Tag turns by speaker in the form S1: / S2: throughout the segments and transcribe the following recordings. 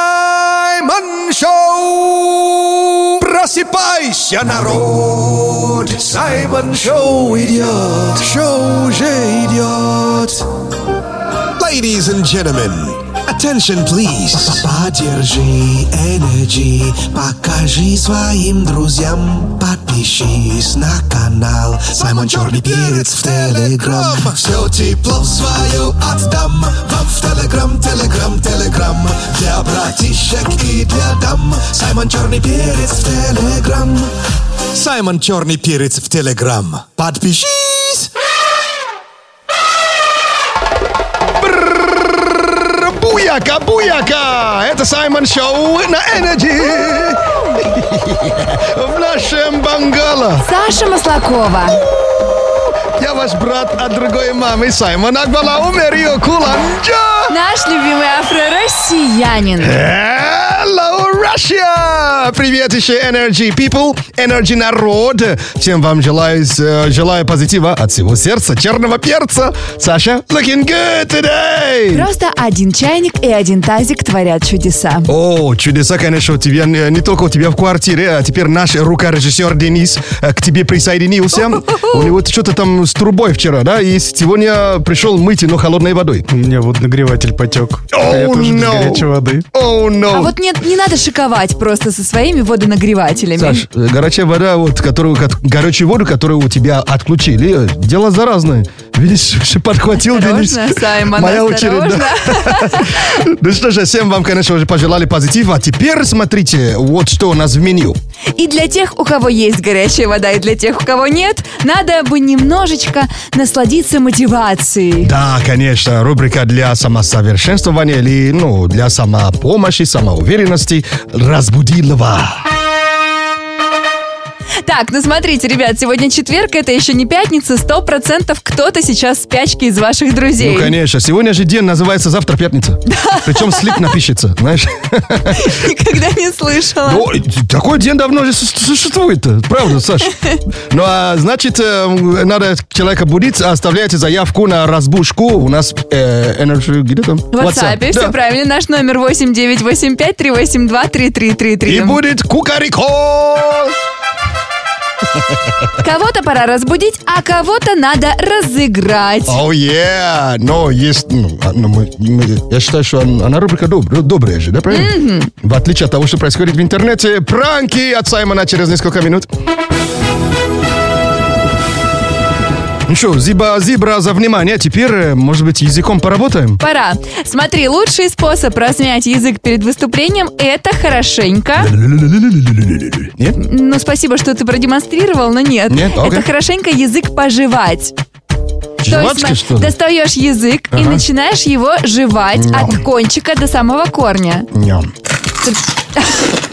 S1: Саймон Шоу! Просыпайся, народ! Саймон Шоу идет! Шоу уже идет! Ladies and gentlemen, attention please!
S2: Поддержи Energy, покажи своим друзьям, подпишись на канал Саймон Черный Перец в Телеграм. Все тепло свое отдам вам в Телеграм, Телеграм, Телеграм. Для братишек и для дам Саймон Черный Перец в Телеграм.
S1: Саймон Черный Перец в Телеграм. Подпишись! Буяка, буяка! Это Саймон Шоу на Energy! В нашем Бангала.
S3: Саша Маслакова.
S1: Я ваш брат от другой мамы Саймон Акбала умер ее куланджа.
S3: Наш любимый афро-россиянин.
S1: Hello, Russia! Привет еще Energy People, Energy народ. Всем вам желаю, э, желаю позитива от всего сердца, черного перца. Саша, looking good today!
S3: Просто один чайник и один тазик творят чудеса.
S1: О, чудеса, конечно, у тебя не не только у тебя в квартире, а теперь наш рукорежиссер Денис э, к тебе присоединился. У него что-то там с трубой вчера, да? И сегодня пришел мыть, но холодной водой.
S4: У меня вот нагреватель потек. А я
S1: Oh,
S4: тоже без
S1: no.
S4: горячей воды.
S1: О, oh, no.
S3: А вот нет, не надо шиковать просто со своими водонагревателями.
S1: Саш, э, горячая вода, вот, которую, кот- горячую воду, которую у тебя отключили, э, дело заразное. Видишь, подхватил Денис.
S3: Осторожно, Саймон,
S1: Моя
S3: осторожно.
S1: очередь, да. Ну что же, всем вам, конечно же, пожелали позитива. А теперь смотрите, вот что у нас в меню.
S3: И для тех, у кого есть горячая вода, и для тех, у кого нет, надо бы немножечко насладиться мотивацией.
S1: Да, конечно, рубрика для самосовершенствования или, ну, для самопомощи, самоуверенности разбудилова.
S3: Так, ну смотрите, ребят, сегодня четверг, это еще не пятница, сто процентов кто-то сейчас в спячке из ваших друзей.
S1: Ну, конечно, сегодня же день называется «Завтра пятница». Причем слип напишется, знаешь.
S3: Никогда не слышала.
S1: Ну, такой день давно же су- существует, правда, Саш? Ну, а значит, э, надо человека будить, а оставляйте заявку на разбушку. У нас э, energy, где там?
S3: В WhatsApp, все
S1: Да.
S3: правильно. Наш номер 8985-382-3333.
S1: И будет кукарико!
S3: Кого-то пора разбудить, а кого-то надо разыграть.
S1: Оу, Oh, yeah! Но есть... ну, а, ну, мы- мы- я считаю, что он- она рубрика доб- добрая же, да, правильно? В отличие от того, что происходит в интернете, пранки от Саймона через несколько минут. Ну что, зиба, зибра за внимание. Теперь, э, может быть, языком поработаем?
S3: Пора. Смотри, лучший способ размять язык перед выступлением – это хорошенько.
S1: Нет?
S3: Ну, спасибо, что ты продемонстрировал, но нет.
S1: Нет? Окей.
S3: Это хорошенько язык пожевать. То есть,
S1: Жвачки,
S3: см-
S1: что ли?
S3: достаешь язык и
S1: Ага.
S3: начинаешь его жевать
S1: Ням.
S3: от кончика до самого корня.
S1: Ням.
S3: Тут-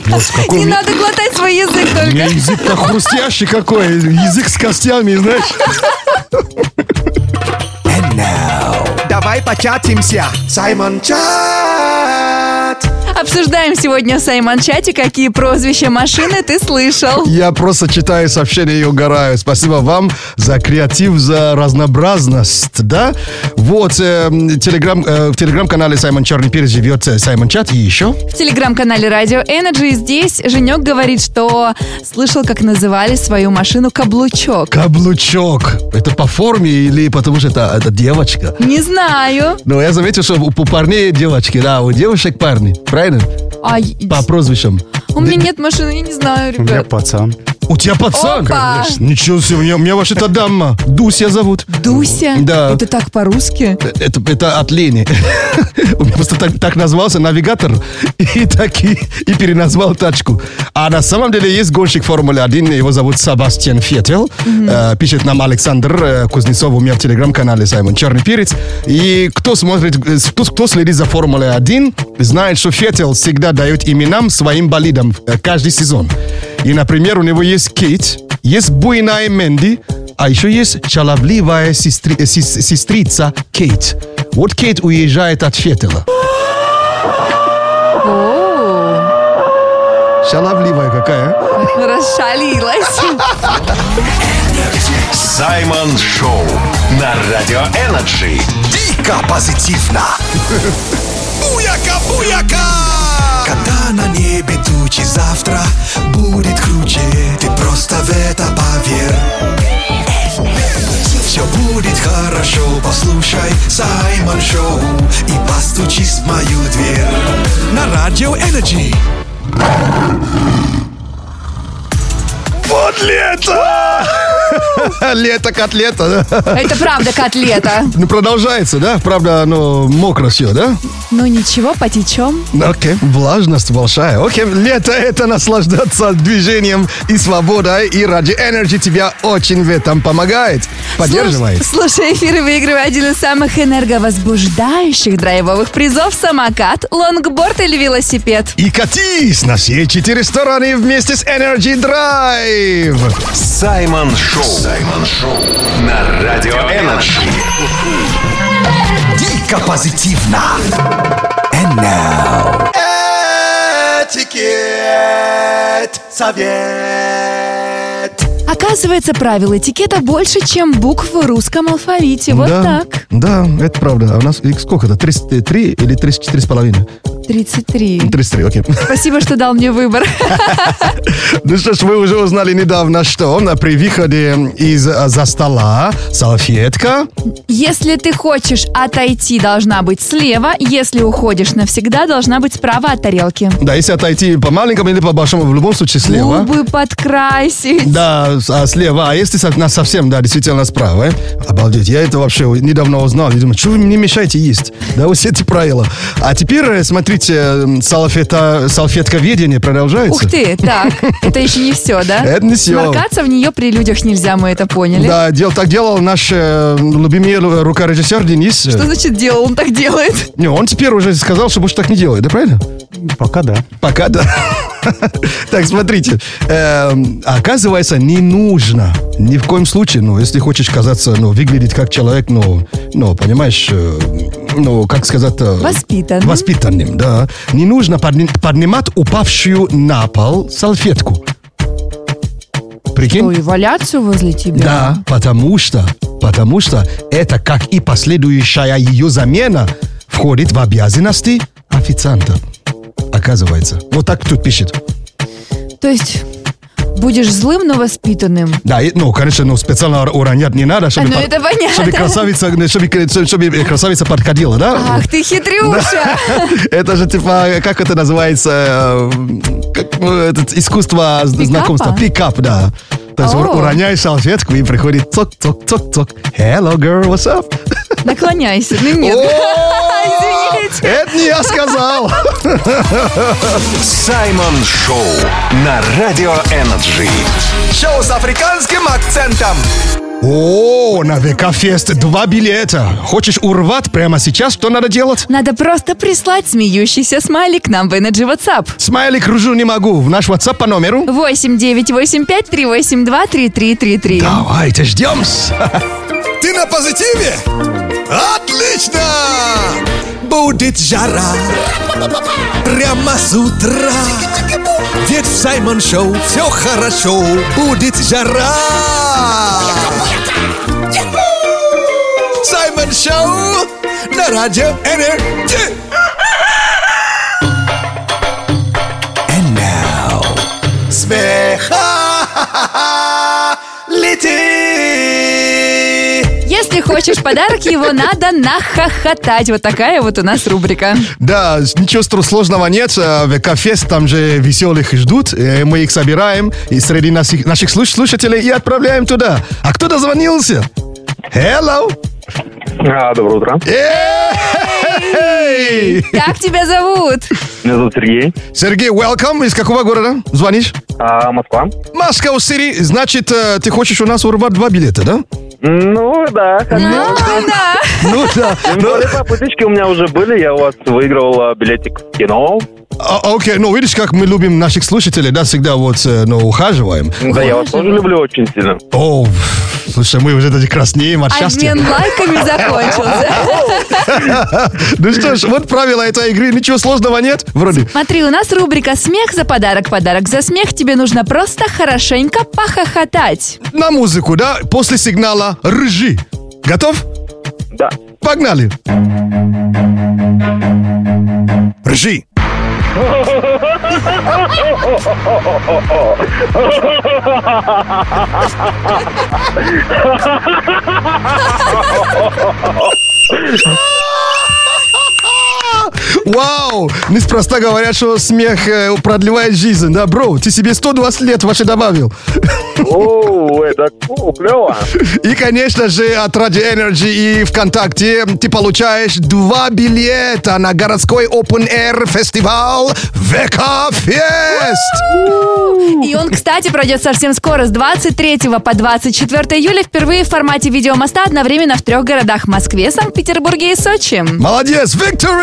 S1: Вот какой
S3: Не
S1: у меня-
S3: надо глотать свой язык
S1: у
S3: только.
S1: меня язык-то хрустящий какой. Язык с костями, знаешь.
S2: Давай початимся, Саймон Чат.
S3: Обсуждаем сегодня в Саймон-чате, какие прозвища машины ты слышал.
S1: Я просто читаю сообщения и угораю. Спасибо вам за креатив, за разнообразность, да? Вот, э, м, телеграм, э, в телеграм-канале Саймон Черный Перец живет э, Саймон Чат и еще.
S3: В телеграм-канале Радио Energy здесь Женек говорит, что слышал, как называли свою машину каблучок.
S1: Каблучок. Это по форме или потому что это, это девочка?
S3: Не знаю.
S1: Но я заметил, что у, у парней девочки, да, у девушек парни, правильно?
S3: А, и-
S1: По прозвищам.
S3: у меня нет машины, я не знаю,
S4: У меня
S3: ребят.
S4: пацан.
S1: У тебя пацан?
S3: Опа!
S1: Конечно. Ничего себе, у меня, у меня вообще-то дама. Дуся зовут.
S3: Дуся?
S1: Да.
S3: Это так по-русски?
S1: Э, Это, это от лени. У меня просто так, так назвался навигатор и, так и, и переназвал тачку. А на самом деле есть гонщик Формулы-1, его зовут Себастьян Фетел. Э, пишет нам Александр э, Кузнецов у меня в телеграм-канале Саймон Черный Перец. И кто смотрит, э, кто, кто следит за Формулой-1, знает, что Фетел всегда дает именам своим болидам э, каждый сезон. И, например, у него есть Кейт, есть Буйная Менди, а еще есть шаловливая сестри- э, сес- сестрица Кейт. Вот Кейт уезжает от Фетела.
S3: О,
S1: Шаловливая какая. а?
S3: расшалилась.
S5: Саймон Шоу на Радио Энерджи.
S2: Дико позитивно. Буяка, буяка. завтра будет круче Ты просто в это поверь Все будет хорошо, послушай Саймон Шоу И постучись в мою дверь На Радио Энерджи
S1: Вот лето! а? Лето, котлета. да?
S3: Это правда котлета.
S1: Ну, продолжается, да? Правда, оно мокро все, да?
S3: Ну ничего, потечем.
S1: Окей, влажность большая. Окей, лето это наслаждаться движением и свободой, и ради энергии тебя очень в этом помогает. Поддерживает.
S3: Слуш- Слушай эфир и выигрывай один из самых энерговозбуждающих драйвовых призов самокат, лонгборд или велосипед.
S1: И катись на все четыре стороны вместе с Energy Drive.
S5: Саймон Шоу. Саймон Шоу. На Радио Энерджи.
S2: Дико позитивно And now Этикет Совет
S3: Оказывается, правил этикета больше, чем букв в русском алфавите. Вот
S1: да,
S3: так.
S1: Да, это правда. А у нас их сколько-то? 33 или 34 с половиной?
S3: 33.
S1: 33, окей.
S3: Спасибо, что дал мне выбор.
S1: А. Ну что ж, вы уже узнали недавно, что на при выходе из-за стола салфетка.
S3: Если ты хочешь отойти, должна быть слева. Если уходишь навсегда, должна быть справа от тарелки.
S1: Да, если отойти по маленькому или по большому, в любом случае слева.
S3: Губы подкрасить.
S1: Да, с- а слева. А если со- на совсем, да, действительно справа. э? Обалдеть, я это вообще недавно узнал. Я думаю, что вы мне мешаете есть? Да, вот все эти правила. А теперь, э, смотрите, э, салфета, салфетка ведения продолжается.
S3: Ух ты, так, это еще не все, да?
S1: Это не всё.
S3: Сморкаться в нее при людях нельзя, мы это поняли.
S1: Да, дел, так делал наш э, любимый ру- рукорежиссер Денис.
S3: Что значит делал, он так делает?
S1: Не, он теперь уже сказал, что больше так не делает, да правильно?
S4: Пока да.
S1: Пока да. Так, смотрите, эм, оказывается, не нужно ни в коем случае, ну, если хочешь казаться, ну, выглядеть как человек, ну, ну, понимаешь, э, ну, как сказать... э,
S3: Воспитанным.
S1: Воспитанным, да. Не нужно подни- поднимать упавшую на пол салфетку. Прикинь?
S3: Ой, валяться возле тебя.
S1: Да, потому что, потому что это как и последующая ее замена входит в обязанности официанта. Оказывается. Вот так тут пишет.
S3: То есть будешь злым, но воспитанным.
S1: Да, и, ну, конечно, ну, специально ур- уронять не надо, чтобы,
S3: ну,
S1: пар-
S3: это понятно.
S1: чтобы красавица, э, чтобы, кра- чтобы- чтобы красавица подкатила, да?
S3: Ах ты хитрюша!
S1: Это же, типа, как это называется, э, как, ну, этот, искусство з- знакомства. Пикап, да. То есть ур-
S3: О.
S1: уроняешь салфетку и приходит цок-цок-цок-цок. Hello, girl, what's up?
S3: Наклоняйся, ну нет.
S1: О,
S3: Извините.
S1: Это не я сказал.
S5: Саймон Шоу. На Радио Энерджи.
S2: Шоу с африканским акцентом
S1: О, на ВК-фест два билета. Хочешь урвать прямо сейчас? Что надо делать?
S3: Надо просто прислать смеющийся смайлик нам в Energy WhatsApp.
S1: Смайлик кружу не могу. В наш WhatsApp по номеру.
S3: 8985-382-3333.
S1: Давайте ждем.
S2: Ты на позитиве? Отлично! Будет жара Прямо с утра Ведь в Саймон Шоу все хорошо Будет жара Саймон Шоу на радио Энерджи And now Смеха летит
S3: Если хочешь подарок, его надо нахохотать. Вот такая вот у нас рубрика.
S1: Да, с- ничего стро- сложного нет. Э, ВК-фест, там же веселых ждут. Э, Мы их собираем и среди нас- наших слуш- слушателей и отправляем туда. А кто дозвонился? Hello.
S6: А, доброе утро.
S1: Эй!
S3: Как тебя зовут?
S6: Меня зовут Сергей.
S1: Сергей, welcome. Из какого города звонишь?
S6: А, Москва.
S1: Москва Сити, значит, э, ты хочешь у нас урвать два билета, да?
S6: Ну да,
S3: Ну, да.
S1: Ну да.
S6: Ну, по путичке у меня уже были, я у вас выигрывал а, билетик в кино.
S1: А, Окей, ну видишь, как мы любим наших слушателей, да, всегда вот, э, ну, ухаживаем.
S6: Да, я вас тоже люблю очень сильно.
S1: О, слушай, мы уже даже краснеем от счастья.
S3: Обмен лайками закончился.
S1: Ну что ж, вот правила этой игры, ничего сложного нет, вроде.
S3: Смотри, у нас рубрика «Смех за подарок». Подарок за смех тебе нужно просто хорошенько похохотать.
S1: На музыку, да, после сигнала ржи. Готов?
S6: Да.
S1: Погнали.
S2: Ржи.
S1: Вау! Неспроста говорят, что смех э, продлевает жизнь. Да, бро, ты себе 120 лет вообще добавил.
S6: О, это ку- клево.
S1: И, конечно же, от Radio Energy и ВКонтакте ты получаешь два билета на городской Open Air фестиваль ВК Фест.
S3: И он, кстати, пройдет совсем скоро, с 23 по 24 июля, впервые в формате видеомоста одновременно в трех городах – Москве, Санкт-Петербурге и Сочи.
S1: Молодец, victory!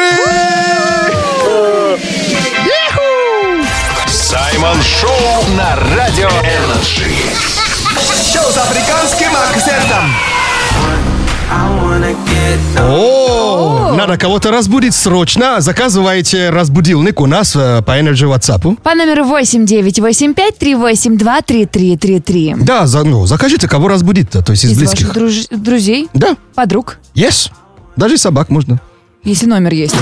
S5: Саймон Шоу на Радио Энерджи.
S1: О, надо кого-то разбудить срочно. Заказывайте разбудилник у нас э, по Energy WhatsApp.
S3: По номеру 89853823333.
S1: Да, за- ну, закажите, кого разбудить-то, то есть из,
S3: Из
S1: близких.
S3: ваших друж- друзей,
S1: Да,
S3: подруг,
S1: yes. Даже и собак можно.
S3: если номер есть.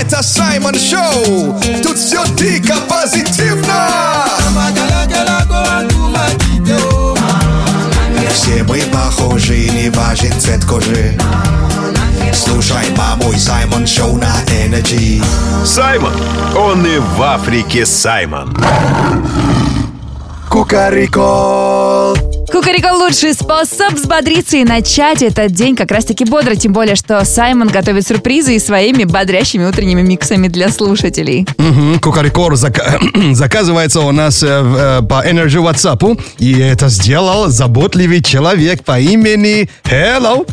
S2: Это Саймон Шоу. Тут все дико позитивно. Все мы похожи, не важен цвет кожи. Слушай, мамой Саймон Шоу на Energy.
S5: Саймон. Он и в Африке Саймон.
S2: Кукарикол.
S3: Кукарико лучший способ взбодриться и начать этот день как раз-таки бодро, тем более, что Саймон готовит сюрпризы и своими бодрящими утренними миксами для слушателей.
S1: Мгм, Кукарикор зака- заказывается у нас э, в, э, по Energy WhatsApp. И это сделал заботливый человек по имени Hello.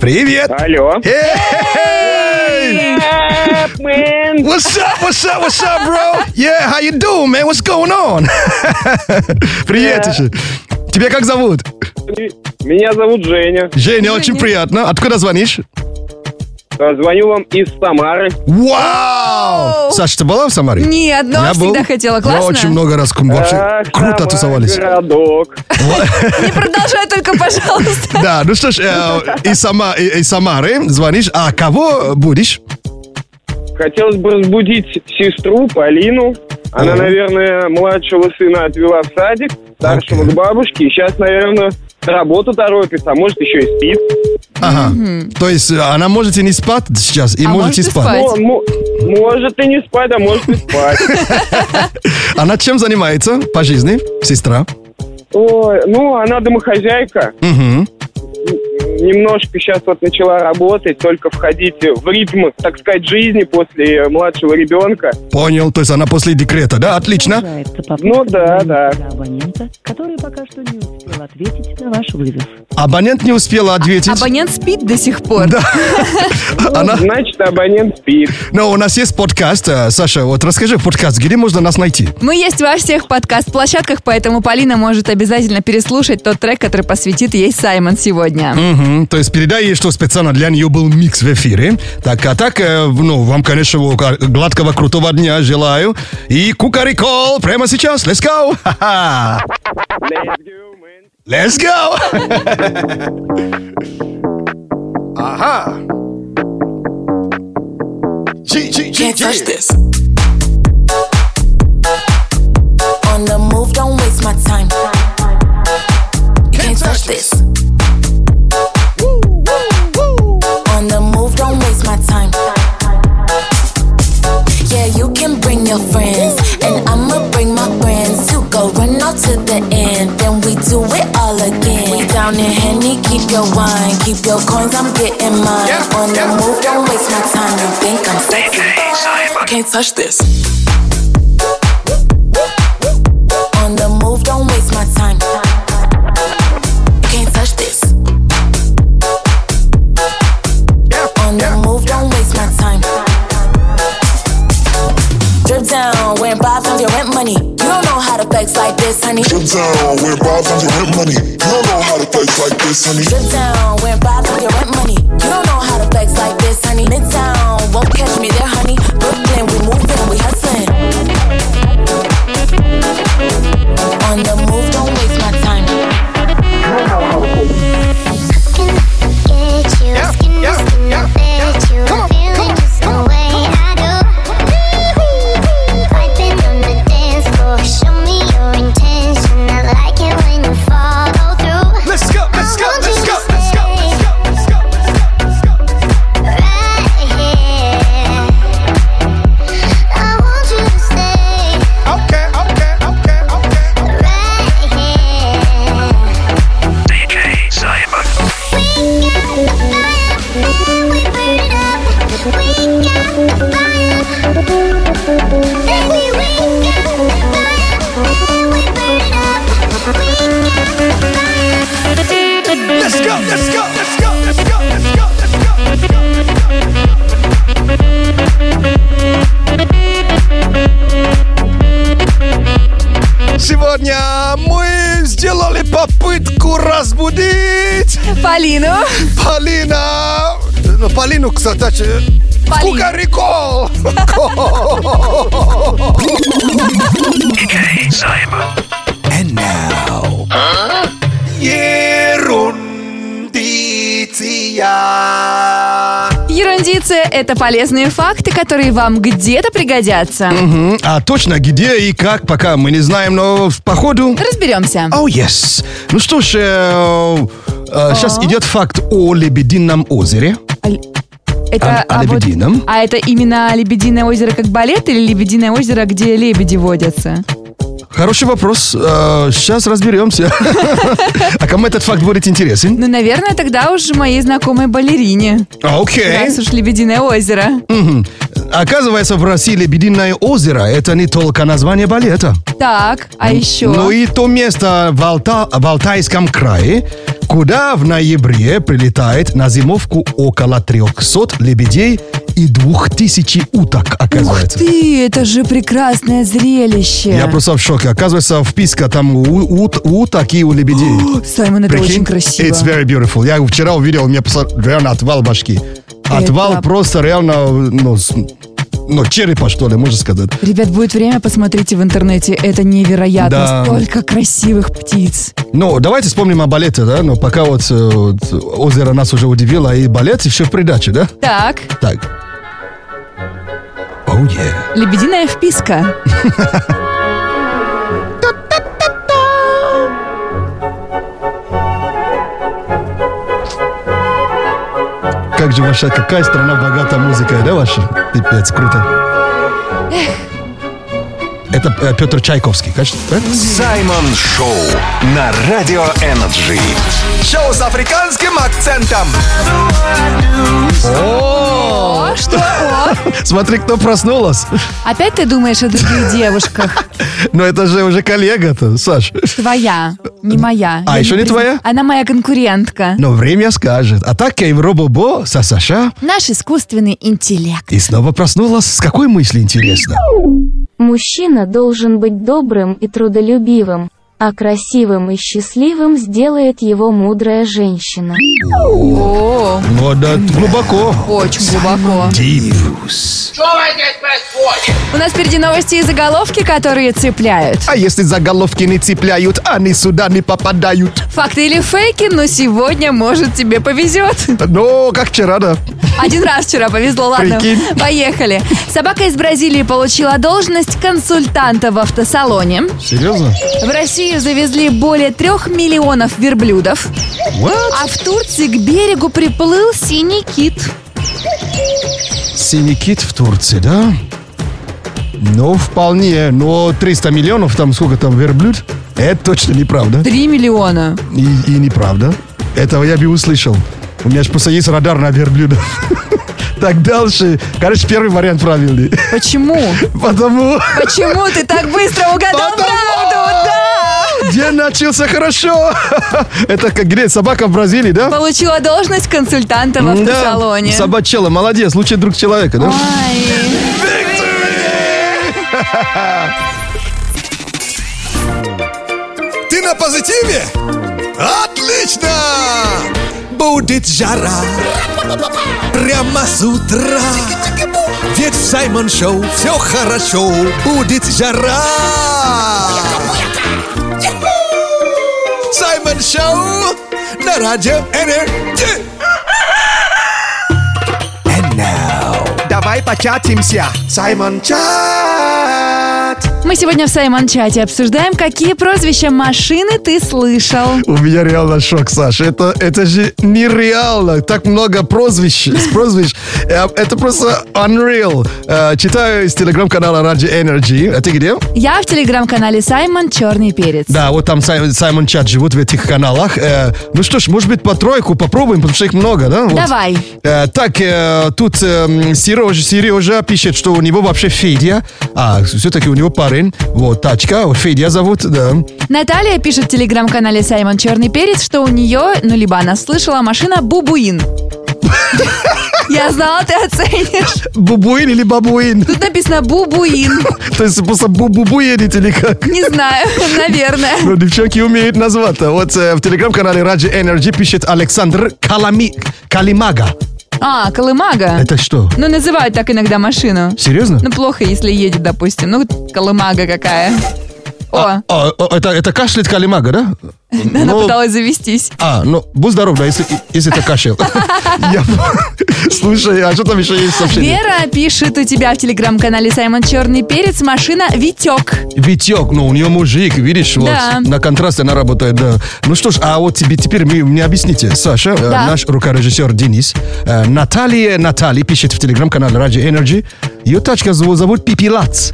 S1: Привет.
S6: Алло.
S1: Hey! What's up, what's up, what's up, bro? Yeah, how you doing, man? What's going on? Привет еще. Тебя как зовут?
S6: Меня зовут Женя.
S1: Женя, очень приятно. Откуда звонишь?
S6: Звоню вам из Самары.
S1: Вау!
S3: Вау!
S1: Саша, ты была в Самаре?
S3: Нет, но
S1: Я был.
S3: Ну, а всегда хотела.
S1: Я
S3: Классно?
S1: очень много раз ку- вообще
S6: Ах,
S1: круто
S6: Самара,
S1: тусовались.
S6: Городок.
S3: Не продолжай только, пожалуйста.
S1: Да, ну что ж, э, из, Сама- и- из Самары звонишь. А кого будешь?
S6: Хотелось бы разбудить сестру Полину. Она,
S1: Ага.
S6: наверное, младшего сына отвела в садик, старшего
S1: Окей.
S6: к бабушке. И сейчас, наверное, на работу торопится, а может, еще и спит.
S1: Ага. То есть э, она может и не спать сейчас, и
S3: А
S1: может и
S3: может и
S1: спать.
S3: спать.
S6: О, мо- может и не спать, а может и спать.
S1: Она чем занимается по жизни, сестра?
S6: Ой, ну, она домохозяйка.
S1: Мгм.
S6: Немножко сейчас вот начала работать, только входить в ритм, так сказать, жизни после младшего ребенка.
S1: Понял, то есть она после декрета, да? Отлично.
S7: Продолжается попытка
S6: Ну да, да.
S7: для абонента, который пока что не успел ответить на ваш вызов.
S1: Абонент не успела ответить.
S3: Абонент спит до сих пор.
S1: Да. Она...
S6: Значит, абонент спит.
S1: Но у нас есть подкаст. э, Саша, вот расскажи подкаст, где можно нас найти?
S3: Мы есть во всех подкаст-площадках, поэтому Полина может обязательно переслушать тот трек, который посвятит ей Саймон сегодня.
S1: Мгм. То есть передай ей, что специально для нее был микс в эфире. Так, а так, э, ну, вам, конечно, у- гладкого, крутого дня желаю. И кукарикол прямо сейчас. Let's go! Ха-ха! Let's go! Ага!
S8: Can't touch this. On the move, don't waste my time. You can't touch this. On the move, don't waste my time. Yeah, you can bring your friends, and I'ma bring my friends to go run out to the end. Then we do it all again. We down in Henny, keep your wine, keep your coins, I'm getting mine. On the move, don't waste my time. You think I'm sexy? You can't touch this. On the move, don't waste my time. You can't touch this. On the move, don't waste my time. Drip down, wearing bob from your rent money. You don't know how to flex like this, honey.
S9: Drip down, we're robbed from the rent money. You don't know how to flex like this, honey.
S8: Drip down, wearing bob from your rent money. You don't know how to flex like this, honey. Midtown, won't catch me there, honey. Brooklyn, we moving, we hustling. On the move, don't waste my time.
S10: Get you, skin, skin, bet you, feeling just the way I do.
S2: Let's go, let's go, let's go, let's go, let's go, let's go, let's go.
S1: Сегодня мы сделали попытку разбудить
S3: Полину.
S1: Полина. Ну, Полину, кстати, в
S3: Полин.
S1: Кукареку.
S2: And now,
S1: Ерундиция.
S3: Ерундиция – это полезные факты, которые вам где-то пригодятся.
S1: Мгм, А точно где и как, пока мы не знаем, но походу...
S3: Разберемся.
S1: Oh, yes. Ну что ж, э, сейчас идет факт о Лебедином озере.
S3: Это,
S1: о- о
S3: вот-
S1: лебедином?
S3: а это именно Лебединое озеро как балет или Лебединое озеро, где лебеди водятся?
S1: Хороший вопрос. э, Сейчас разберемся. А кому этот факт будет интересен?
S3: Ну, наверное, тогда уж моей знакомой балерине.
S1: Окей.
S3: Раз уж Лебединое озеро.
S1: Мгм. Оказывается, в России Лебединое озеро – это не только название балета.
S3: Так, а еще?
S1: Ну и то место в, Алта- в Алтайском крае, куда в ноябре прилетает на зимовку около 300 лебедей и 2000 уток,
S3: Ух
S1: оказывается.
S3: ты, это же прекрасное зрелище.
S1: Я просто в шоке. Оказывается, вписка там у, ут- у уток и у лебедей.
S3: Саймон, это
S1: Прикинь?
S3: очень красиво.
S1: It's very beautiful. Я вчера увидел, у меня просто реально отвал башки. Отвал
S3: Это-
S1: просто реально, ну, с- ну, черепа, что ли, можно сказать.
S3: Ребят, будет время, посмотрите в интернете. Это невероятно.
S1: Да.
S3: Столько красивых птиц.
S1: Ну, давайте вспомним о балете, да? Но пока вот, э, вот озеро нас уже удивило, а и балет, и все в придаче, да?
S3: Так,
S1: Так. Оу, е.
S3: лебединая вписка.
S1: Как же ваша, какая страна богата музыкой, да, ваша? Пипец, круто. Это Петр Чайковский, конечно, да?
S5: Саймон Шоу на Радио Энерджи.
S2: шоу с африканским акцентом.
S3: О, что? О.
S1: Смотри, кто проснулась.
S3: Опять ты думаешь о других девушках?
S1: Но это же уже коллега-то, Саш.
S3: Твоя, не моя.
S1: А, еще не
S3: призна-
S1: твоя?
S3: Она моя конкурентка.
S1: Но время скажет. А так я робобо со Саша.
S3: Наш искусственный интеллект.
S1: И снова проснулась. С какой мысли, интересно?
S10: Мужчина должен быть добрым и трудолюбивым, а красивым и счастливым сделает его мудрая женщина.
S3: О,
S1: Вот, да, глубоко.
S3: очень глубоко.
S1: Deep.
S3: У нас впереди новости и заголовки, которые цепляют.
S1: А если заголовки не цепляют, они сюда не попадают.
S3: Факты или фейки, но сегодня, может, тебе повезет.
S1: Ну, как вчера, да.
S3: Один раз вчера повезло, ладно.
S1: Прикинь.
S3: Поехали. Собака из Бразилии получила должность консультанта в автосалоне.
S1: Серьезно?
S3: В Россию завезли более трех миллионов верблюдов.
S1: What?
S3: А в Турции к берегу приплыл синий кит.
S1: Синий кит в Турции, да? Ну, вполне. Но 300 миллионов, там сколько там верблюд? Это точно неправда.
S3: Три миллиона.
S1: И, и неправда. Этого я бы услышал. У меня же просто есть радар на верблюдов. Так дальше. Короче, первый вариант правильный.
S3: Почему?
S1: Потому
S3: Почему ты так быстро угадал
S1: Потому-
S3: правду? Да!
S1: день начался хорошо. Это как где собака в Бразилии, да?
S3: Получила должность консультанта в автосалоне.
S1: Да. Собачела, молодец, лучший друг человека, да?
S3: Ай.
S2: Ты на позитиве? Отлично! Будет жара Прямо с утра Ведь в Саймон Шоу все хорошо Будет жара Саймон Шоу на радио Энерджи Давай початимся Саймон Чат
S3: Мы сегодня в Саймон-чате обсуждаем, какие прозвища машины ты слышал.
S1: У меня реально шок, Саша. Это, это же нереально. Так много прозвищ. с прозвищ. Э, Это просто unreal. Э, Читаю из телеграм-канала Radio Energy. А ты где?
S3: Я в телеграм-канале Саймон Черный Перец.
S1: Да, вот там Сай- Саймон Чат живут в этих каналах. Э, Ну что ж, может быть, по тройку попробуем, потому что их много, да? Вот.
S3: Давай.
S1: Э, Так, э, тут эм, Сережа, Сережа пишет, что у него вообще Федя. А, все-таки у него парень. Вот, тачка. Федя зовут, да.
S3: Наталья пишет в телеграм-канале Саймон Черный Перец, что у нее, ну либо она слышала, машина Бубуин. Я знала, ты оценишь.
S1: Бубуин или бабуин?
S3: Тут написано Бубуин.
S1: То есть просто бубу едете или как?
S3: Не знаю, наверное.
S1: Ну, девчонки умеют назваться. Вот э, в телеграм-канале Раджи Energy пишет Александр Калами... Калимага.
S3: А, Колымага.
S1: Это что?
S3: Ну, называют так иногда машину.
S1: Серьезно?
S3: Ну, плохо, если едет, допустим. Ну, Колымага какая. О,
S1: А, а, это, это кашляет Калимага, да?
S3: она
S1: ну,
S3: пыталась завестись.
S1: А, ну, будь здоров, да, если, если это кашель. Я- Слушай, а что там еще есть сообщение?
S3: Вера пишет у тебя в телеграм-канале Саймон Черный Перец машина Витек.
S1: Витек, ну, у нее мужик, видишь, вот,
S3: Да.
S1: на контрасте она работает, да. Ну что ж, а вот тебе теперь мне, мне объясните, Саша, э,
S3: Да.
S1: наш рукорежиссер Денис, э, Наталья, Наталья пишет в телеграм-канале Radio Energy, ее тачка зовут, зовут Пипилац.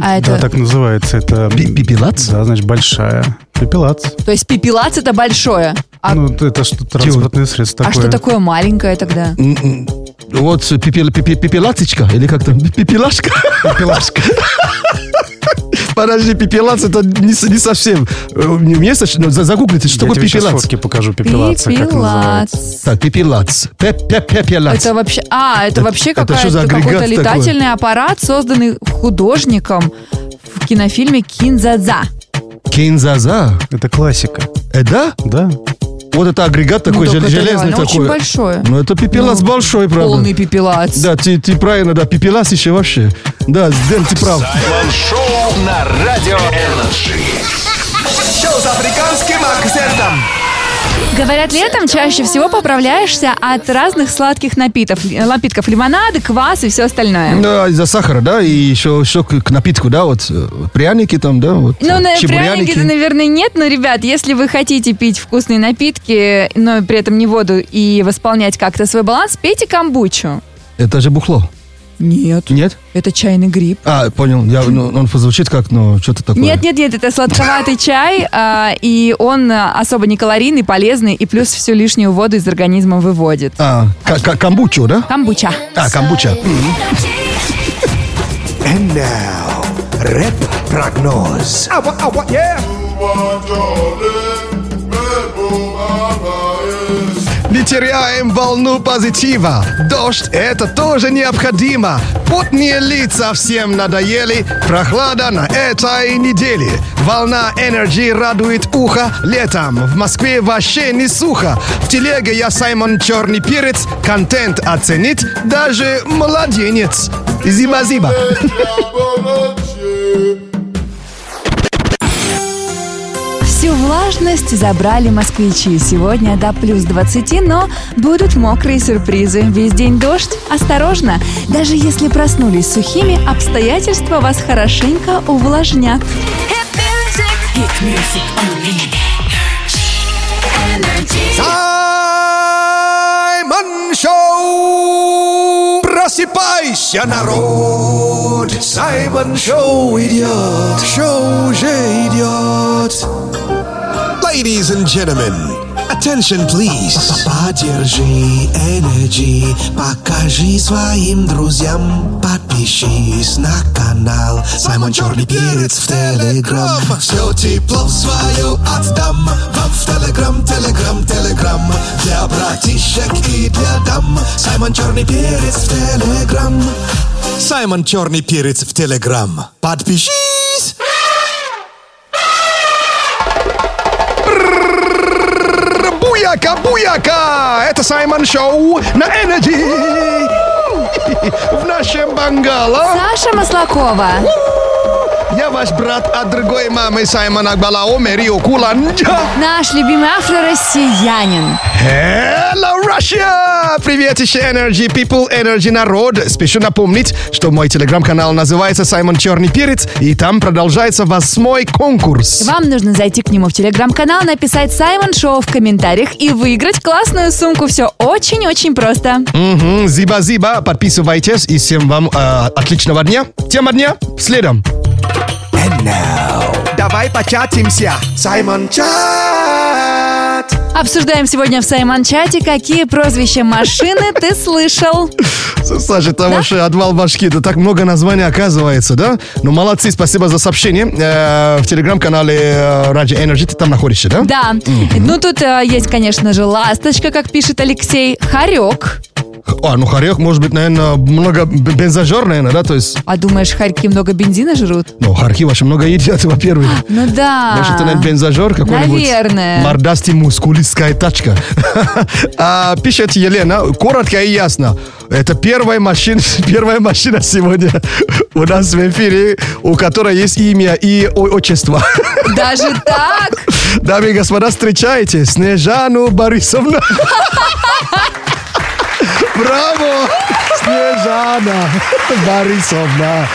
S3: А это,
S4: Да, так называется. Это...
S1: Пи- пипилац?
S4: Да, значит, большая. Пипилац.
S3: то есть пипилац это большое. А,
S4: Ну, это что, транспортное средство
S3: а
S4: такое.
S3: что такое маленькое тогда?
S1: М-м. Вот пипи- пипи- пипилаточка, или как там? Пипилашка? Пипилашка. Подожди, пипилац это не, с- не совсем. Э, Мне, мне Саш, ну, за- загуглите, что
S4: Я
S1: такое
S4: тебе сейчас
S1: пипилац.
S4: фотки покажу
S1: а
S4: пипилаца, как называется.
S3: Пипилац.
S1: Так, пипилац. Пе- пе- Пепелац.
S3: Это вообще, а, это,
S1: Это-
S3: вообще
S1: это
S3: какая-то-
S1: что за агрегат
S3: какой-то
S1: такой?
S3: летательный аппарат, созданный художником в кинофильме «Кинзадза».
S1: Кинзаза.
S4: Это классика.
S1: Э, да?
S4: Да.
S1: Вот это агрегат такой,
S3: Ну,
S1: жел-
S3: так это
S1: железный
S3: реально
S1: такой.
S3: очень большое.
S1: Ну, это пипилац
S3: Ну,
S1: большой, правда.
S3: Полный пипилац.
S1: Да, ты, ты правильно, да, пипилац еще вообще. Да, Дэн, ты прав.
S5: Саймон Шоу на Радио Энерджи. Шоу с африканским акцентом.
S3: Говорят, летом чаще всего поправляешься от разных сладких напитков. Напитков лимонады, квас и все остальное.
S1: Да, из-за сахара, да, и еще, еще к к напитку, да, вот э, пряники там, да, вот.
S3: Ну, на
S1: чебуряники.
S3: пряники-то, наверное, нет, но, ребят, если вы хотите пить вкусные напитки, но при этом не воду и восполнять как-то свой баланс, пейте камбучу.
S1: Это же бухло.
S3: Нет,
S1: Нет?
S3: это чайный гриб.
S1: А, понял. Я, ну, он позвучит как, ну, что-то такое.
S3: Нет, нет, нет, это сладковатый чай, а, и он а, особо не калорийный, полезный, и плюс всю лишнюю воду из организма выводит.
S1: А, ка- ка- камбучу, да?
S3: Камбуча.
S1: А, камбуча.
S2: And now, рэп-прогноз.
S1: Не теряем волну позитива. Дождь – это тоже необходимо. Потные лица всем надоели. Прохлада на этой неделе. Волна энергии радует ухо летом. В Москве вообще не сухо. В телеге я Саймон Черный Перец. Контент оценит даже младенец. Зиба-зиба.
S3: Всю влажность забрали москвичи. Сегодня до плюс 20, но будут мокрые сюрпризы. Весь день дождь. Осторожно! Даже если проснулись сухими, обстоятельства вас хорошенько увлажнят.
S2: Саймон Шоу! Просыпайся, народ! Саймон Шоу идет! Шоу уже идет! Ladies and gentlemen, attention please! Поддержи Energy, покажи своим друзьям, подпишись на канал Саймон Черный Перец в Телеграм. Все тепло свое отдам вам в Телеграм, Телеграм, Телеграм. Для братишек и для дам Саймон Черный Перец в Телеграм. Саймон Черный Перец в Телеграм. Подпишись!
S1: Буяка, буяка! Это Саймон Шоу на Энерджи. В нашем Бангала.
S3: Саша Маслакова.
S1: Я ваш брат от другой мамы Саймон Акбалао, Мерио Куланджа.
S3: Наш любимый афро-россиянин.
S1: Hello, Russia! Привет еще, Energy People, Energy народ. Спешу напомнить, что мой телеграм-канал называется Саймон Черный Перец, и там продолжается восьмой конкурс.
S3: Вам нужно зайти к нему в телеграм-канал, написать Саймон Шоу в комментариях и выиграть классную сумку. Все очень-очень просто.
S1: Мгм, Зиба-зиба, подписывайтесь, и всем вам э, отличного дня. Тема дня следом.
S5: Давай початимся.
S2: Саймон Чат!
S3: Обсуждаем сегодня в Саймон-чате, какие прозвища машины ты слышал.
S1: Саша, там вообще отвал башки. Да так много названий оказывается, да? Ну, молодцы, спасибо за сообщение. Э, в телеграм-канале э, Radio Energy ты там находишься, да?
S3: Да. Ну, тут э, есть, конечно же, ласточка, как пишет Алексей, хорек.
S1: Х- А, ну, хорек, может быть, наверное, много б- бензожер, наверное, да? То есть,
S3: А думаешь, хорьки много бензина жрут?
S1: ну, хорьки ваши много едят, во-первых.
S3: Ну да.
S1: Может, это, наверное, бензожер какой-нибудь?
S3: Наверное.
S1: Мордастый мускулистская тачка. А, пишет Елена, коротко и ясно. Это первая машина, первая машина сегодня у нас в эфире, у которой есть имя и о- отчество.
S3: Даже так?
S1: Дамы и господа, встречайте Снежану Борисовну. Браво! Снежана Борисовна.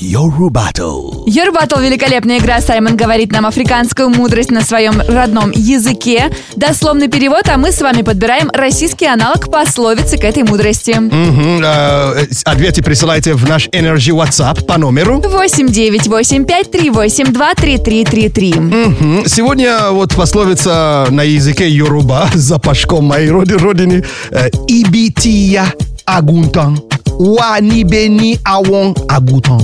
S2: Йору Баттл.
S3: Ербатл великолепная игра. Саймон говорит нам африканскую мудрость на своем родном языке. Дословный перевод, а мы с вами подбираем российский аналог пословицы к этой мудрости.
S1: Мгм, э, с- Ответы присылайте в наш Energy WhatsApp по номеру.
S3: 89853823333.
S1: Мгм. Сегодня вот пословица на языке Йоруба за пашком моей роди- родины. э, Ибития агунтан. Уанибени авон агутан.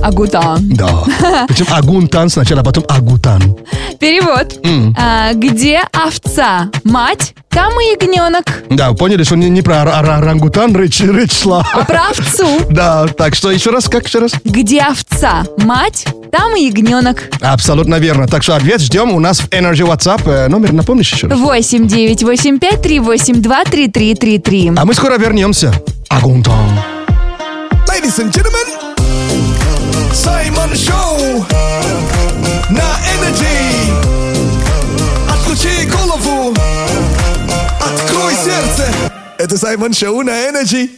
S3: Агута.
S1: Да. Причем агунтан сначала, а потом агутан.
S3: Перевод. А, где овца мать, там и ягненок.
S1: Да, поняли, что не, не про ора- ора- орангутан речь, речь шла.
S3: А про овцу.
S1: Да, так что еще раз, как еще раз?
S3: Где овца мать, там и ягненок.
S1: Абсолютно верно. Так что ответ ждем у нас в Energy WhatsApp. Э, Номер напомнишь еще раз?
S3: 89853823333.
S1: А мы скоро вернемся. Агунтан.
S5: Ladies and gentlemen, Саймон Шоу на Energy. Отключи голову, открой сердце. Это Саймон Шоу на Energy.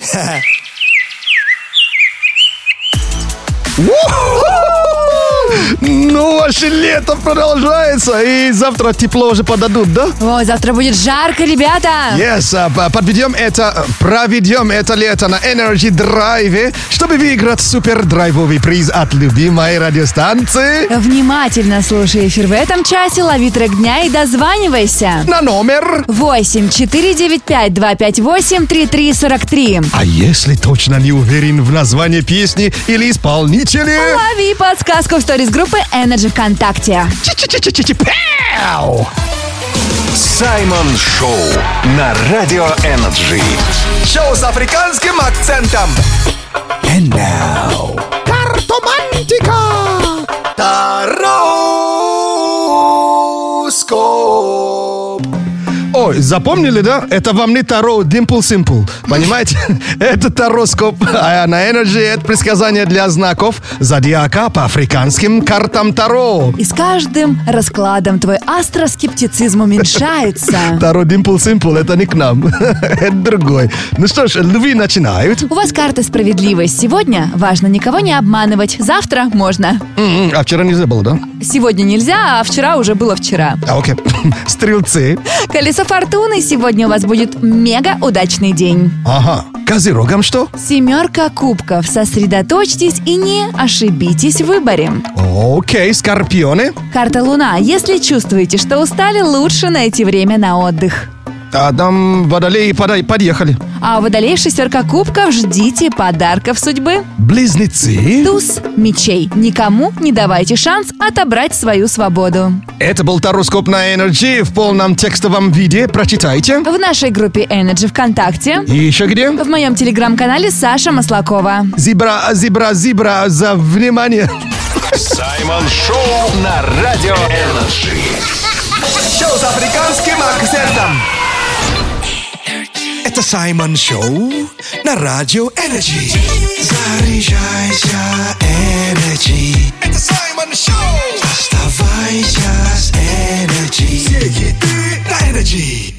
S1: Ну, ваше лето продолжается, и завтра тепло уже подадут, да?
S3: О, завтра будет жарко, ребята.
S1: Yes, а, п- подведем это, э, проведем это лето на Energy Drive, чтобы выиграть супер драйвовый приз от любимой радиостанции
S3: Внимательно слушай эфир в этом часе, лови трек дня и дозванивайся.
S1: на номер
S3: 8 495 258 3343.
S1: А если точно не уверен в названии песни или исполнителя...
S3: Лови подсказку в сторис группы Energy ВКонтакте.
S1: Чи-чи-чи-чи-чи-чи, пяу!
S5: Саймон Шоу на Радио Energy. Шоу с африканским акцентом. Тароскоп.
S1: Ой, запомнили, да? Это вам не Таро, Dimple Simple. Понимаете? Это Тароскоп. А на Energy это предсказание для знаков зодиака по африканским картам Таро.
S3: И с каждым раскладом твой астроскептицизм уменьшается.
S1: Таро Dimple Simple, это не к нам. Это другой. Ну что ж, львы начинают.
S3: У вас карта справедливость. Сегодня важно никого не обманывать. Завтра можно.
S1: М-м, А вчера нельзя было, да?
S3: Сегодня нельзя, а вчера уже было вчера.
S1: А, окей. Стрелцы.
S3: Колесо фортуны. Сегодня у вас будет мега удачный день.
S1: Ага. Козерогам что?
S3: Семерка кубков. Сосредоточьтесь и не ошибитесь в выборе.
S1: Окей, скорпионы.
S3: Карта Луна. Если чувствуете, что устали, лучше найти время на отдых.
S1: А там водолеи пода- подъехали.
S3: А у Водолея шестерка кубков. Ждите подарков судьбы.
S1: Близнецы.
S3: Туз мечей. Никому не давайте шанс отобрать свою свободу.
S1: Это был Тароскоп на Energy в полном текстовом виде. Прочитайте.
S3: В нашей группе Energy ВКонтакте.
S1: И еще где?
S3: В моем телеграм-канале Саша Маслакова.
S1: Зибра, зибра, зибра за внимание.
S5: Саймон Шоу на Радио Energy. Шоу с африканским акцентом. Это
S2: Саймон Шоу на Радио Энерджи. Заряжайся, Энерджи. Это Саймон Шоу. Оставайся с Энерджи. Все хиты на Энерджи.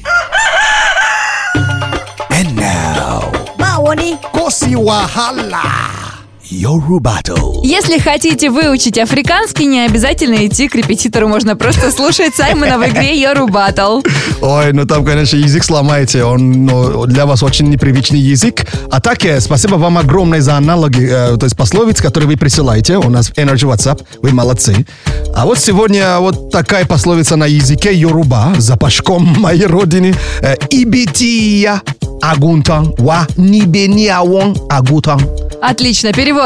S2: And now. Мауни. Коси Вахала. Йору Battle.
S3: Если хотите выучить африканский, не обязательно идти к репетитору, можно просто слушать Саймона в игре Йору Battle.
S1: Ой, ну там, конечно, язык сломаете. Он ну, для вас очень непривычный язык. А так, э, спасибо вам огромное за аналоги, э, то есть пословиц, которые вы присылаете у нас в Energy WhatsApp. Вы молодцы. А вот сегодня вот такая пословица на языке Йоруба, запашком моей родины. Э, Ибития агунтан ва нибениауон агутан.
S3: Отлично, перевод.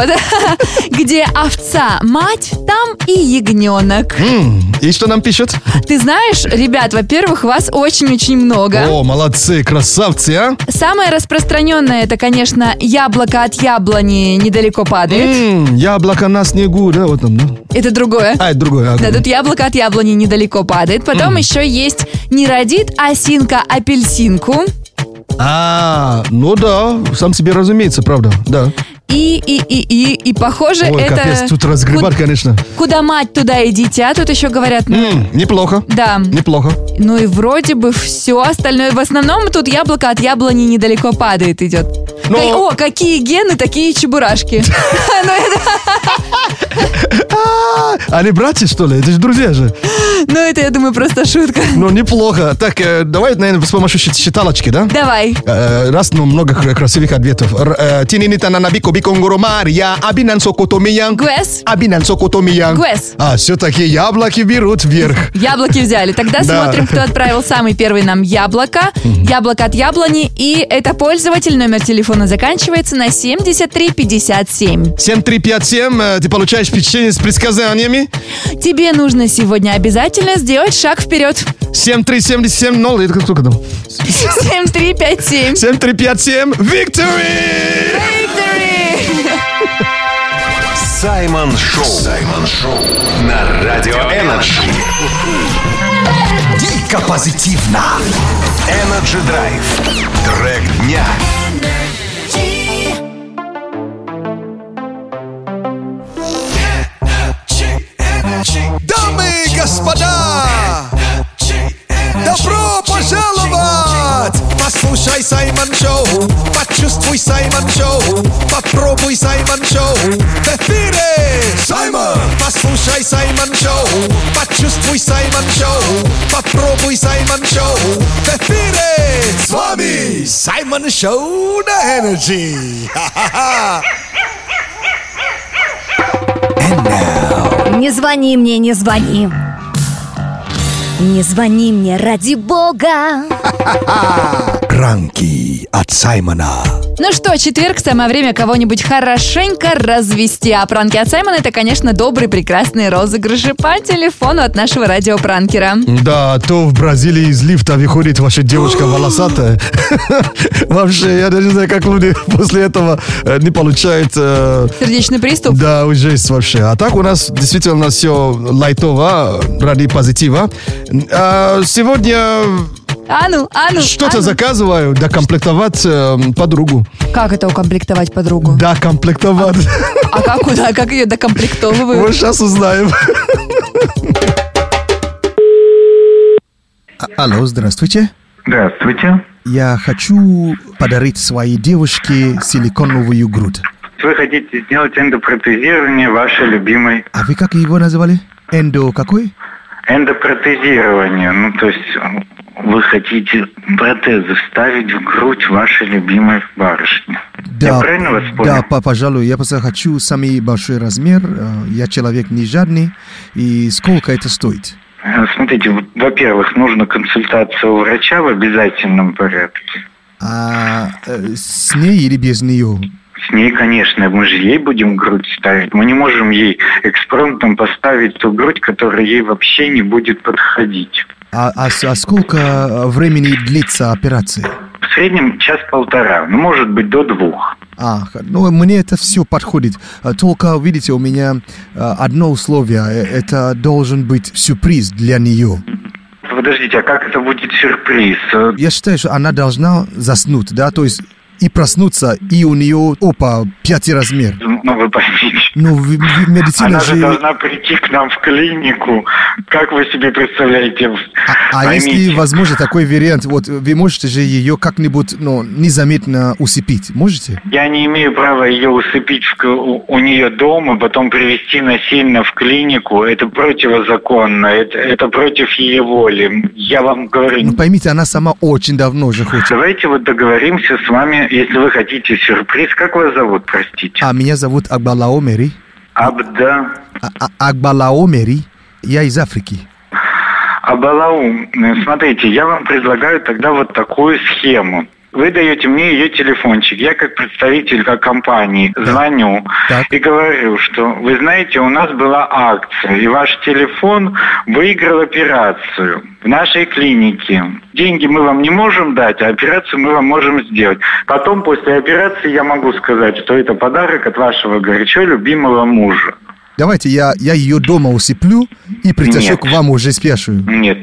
S3: Где овца мать, там и ягненок.
S1: М, И что нам пишут?
S3: Ты знаешь, ребят, во-первых, вас очень-очень много.
S1: О, молодцы, красавцы, а?
S3: Самое распространенное это, конечно, яблоко от яблони недалеко падает.
S1: М, Яблоко на снегу, да, вот там, да?
S3: Это другое.
S1: А, это другое. а,
S3: Да, тут яблоко от яблони недалеко падает. Потом еще есть не родит осинка апельсинку.
S1: А, ну да, сам себе разумеется, правда, да.
S3: И, и, и, и, и похоже,
S1: Ой,
S3: Ну, это...
S1: капец, тут разгребать,
S3: куд-
S1: конечно.
S3: Куда мать, туда и дитя, тут еще говорят, ну,
S1: М, неплохо,
S3: да.
S1: неплохо.
S3: Ну и вроде бы все остальное. В основном тут яблоко от яблони недалеко падает идет.
S1: Но-
S3: Кай- О, какие гены, такие и чебурашки. Ну, это-
S1: А, они братья, что ли? Это же друзья же.
S3: Ну это, я думаю, просто шутка.
S1: Ну, неплохо. Так, э, давай, наверное, с помощью щит- считалочки, да?
S3: Давай.
S1: Э, Раз, ну, много кра- красивых ответов. Р- э, «Тининитана набико биконгоро мария, абинан сокотомиян».
S3: Гуэс.
S1: Абинан сокотомиян.
S3: Гуэс.
S1: А, все-таки яблоки берут вверх.
S3: Яблоки взяли. Тогда
S1: Да.
S3: смотрим, кто отправил самый первый нам яблоко. Яблоко от яблони. И это пользователь. Номер телефона заканчивается на 7357.
S1: 7357, э, ты получаешь печенье с предсказаниями.
S3: Тебе нужно сегодня обязательно сделать шаг вперед.
S1: 73770, ноль, это сколько там?
S3: 7357.
S1: 7357, victory!
S3: Victory!
S5: Саймон Шоу. Саймон Шоу. На Радио Энерджи.
S2: Дико позитивно.
S5: Energy Drive. Трек дня.
S2: Дамы и господа, добро пожаловать! Послушай Саймон Шоу, почувствуй Саймон Шоу, попробуй Саймон Шоу, в эфире Саймон! Послушай Саймон Шоу, почувствуй Саймон Шоу, попробуй Саймон Шоу, в эфире с вами Саймон Шоу на Энерджи! Ха-ха-ха!
S11: Не звони мне, не звони. Не звони мне, ради бога.
S2: Пранки от Саймона.
S3: Ну что, четверг, самое время кого-нибудь хорошенько развести. А пранки от Саймона это, конечно, добрые, прекрасные розыгрыши по телефону от нашего радиопранкера.
S1: Да, то в Бразилии из лифта выходит ваша девушка волосатая. Вообще, я даже не знаю, как люди после этого э, не получают... э,
S3: Сердечный приступ.
S1: Да, жесть вообще. А так у нас действительно все лайтово, ради позитива. А сегодня
S3: А ну, а ну.
S1: что-то
S3: а ну.
S1: заказываю, докомплектовать э, подругу.
S3: Как это укомплектовать подругу?
S1: Докомплектовать.
S3: А как куда? Как ее докомплектовывают?
S1: Вот сейчас узнаем.
S2: А, Алло, здравствуйте.
S12: Здравствуйте.
S2: Я хочу подарить своей девушке силиконовую грудь.
S12: Вы хотите сделать эндопротезирование вашей любимой
S2: А вы как его назвали? Эндо какой?
S12: эндопротезирование. Ну, то есть э, вы хотите протезы вставить в грудь вашей любимой барышни. Я правильно вас понял?
S2: да, па- пожалуй, я просто хочу самый большой размер. Э, Я человек не жадный. И сколько это стоит?
S12: Э, Смотрите, в- во-первых, нужно консультация у врача в обязательном порядке.
S2: А, э, с ней или без нее?
S12: С ней, конечно, мы же ей будем грудь ставить. Мы не можем ей экспромтом поставить ту грудь, которая ей вообще не будет подходить.
S2: А, а с- а сколько времени длится операция?
S12: В среднем час-полтора, ну, может быть, до двух.
S2: А, х- ну мне это все подходит. А, Только, видите, у
S13: а,
S2: меня э, одно условие. Э, Это должен быть сюрприз для нее.
S12: Вы подождите, а как это будет сюрприз? Э,
S13: Я считаю, что она должна заснуть, да, то есть и проснуться, и у нее, опа, пятый размер.
S12: Ну, вы поймите.
S13: Ну, в- в- медицина
S12: Она же
S13: же...
S12: должна прийти к нам в клинику. Как вы себе представляете?
S13: А
S12: Поймите.
S13: если возможно такой вариант, вот вы можете же ее как-нибудь, ну, незаметно усыпить, можете?
S12: Я не имею права ее усыпить в к- у, у нее дома, потом привести насильно в клинику. Это противозаконно, это, это против ее воли. Я вам говорю,
S13: Ну, поймите, она сама очень давно уже хочет.
S12: давайте вот договоримся с вами, если вы хотите сюрприз. Как вас зовут, простите?
S13: А меня зовут Акбалаомери.
S12: Абда
S13: А- а- Акбалаомери, я из Африки.
S12: Абалаум. Э, Смотрите, я вам предлагаю тогда вот такую схему. Вы даете мне ее телефончик. Я как представитель как компании звоню и говорю, что вы знаете, у нас была акция, и ваш телефон выиграл операцию в нашей клинике. Деньги мы вам не можем дать, а операцию мы вам можем сделать. Потом после операции я могу сказать, что это подарок от вашего горячо любимого мужа.
S13: Давайте я, я ее дома усыплю и притащу
S12: Нет.
S13: к вам уже спящую.
S12: Нет.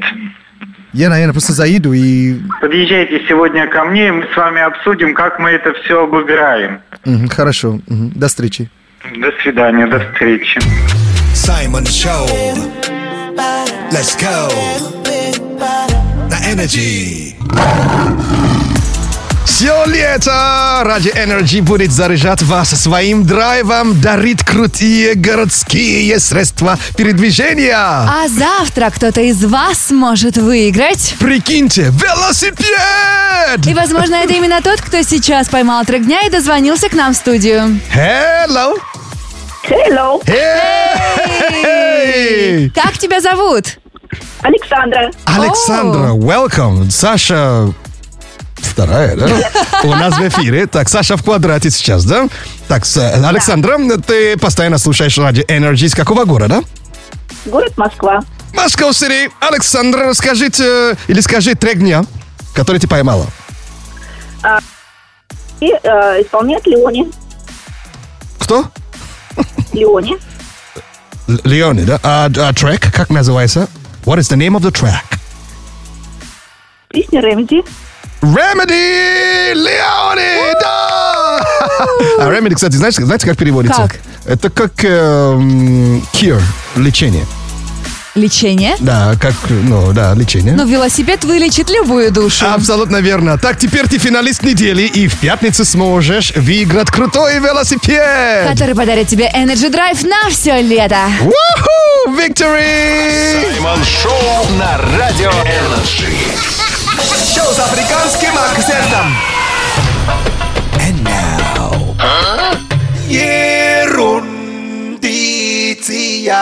S13: Я, наверное, просто заеду и...
S12: Подъезжайте сегодня ко мне, и мы с вами обсудим, как мы это все обыграем.
S13: Мгм, хорошо, мгм, до встречи.
S12: До свидания, до встречи.
S2: Саймон Шоу. Let's go. На Energy.
S1: Все лето ради Energy будет заряжать вас своим драйвом, дарит крутые городские средства передвижения.
S3: А завтра кто-то из вас сможет выиграть.
S1: Прикиньте, велосипед!
S3: И, возможно, это именно тот, кто сейчас поймал трек дня и дозвонился к нам в студию.
S1: Hello!
S14: Hello!
S1: Hey!
S3: Как тебя зовут?
S14: Александра.
S1: Александра, welcome. Саша вторая, да? У нас в эфире. Так, Саша в квадрате сейчас, да? Так, с- э, Александра, ты постоянно слушаешь радио Energy из какого города?
S14: Город Москва.
S1: Москва Сири. Александра, расскажите э, или скажи трек дня, который ты поймала.
S14: А, И э, исполняет Леони.
S1: Кто?
S14: Леони.
S1: Л- Леони, да? А, а трек как называется? What is the name of the track?
S14: Песня Ремзи.
S1: Remedy Леони! Да! А Remedy, кстати, знаете, знаете, как переводится?
S3: Как?
S1: Это как эм, cure, лечение.
S3: Лечение?
S1: Да, как, ну, да, лечение.
S3: Но велосипед вылечит любую душу.
S1: Абсолютно верно. Так, теперь ты финалист недели, и в пятницу сможешь выиграть крутой велосипед!
S3: Который подарит тебе Energy Drive на все лето.
S1: Уху! Victory!
S5: Саймон Шоу на Радио Энерджи. Шоу с африканским акцентом.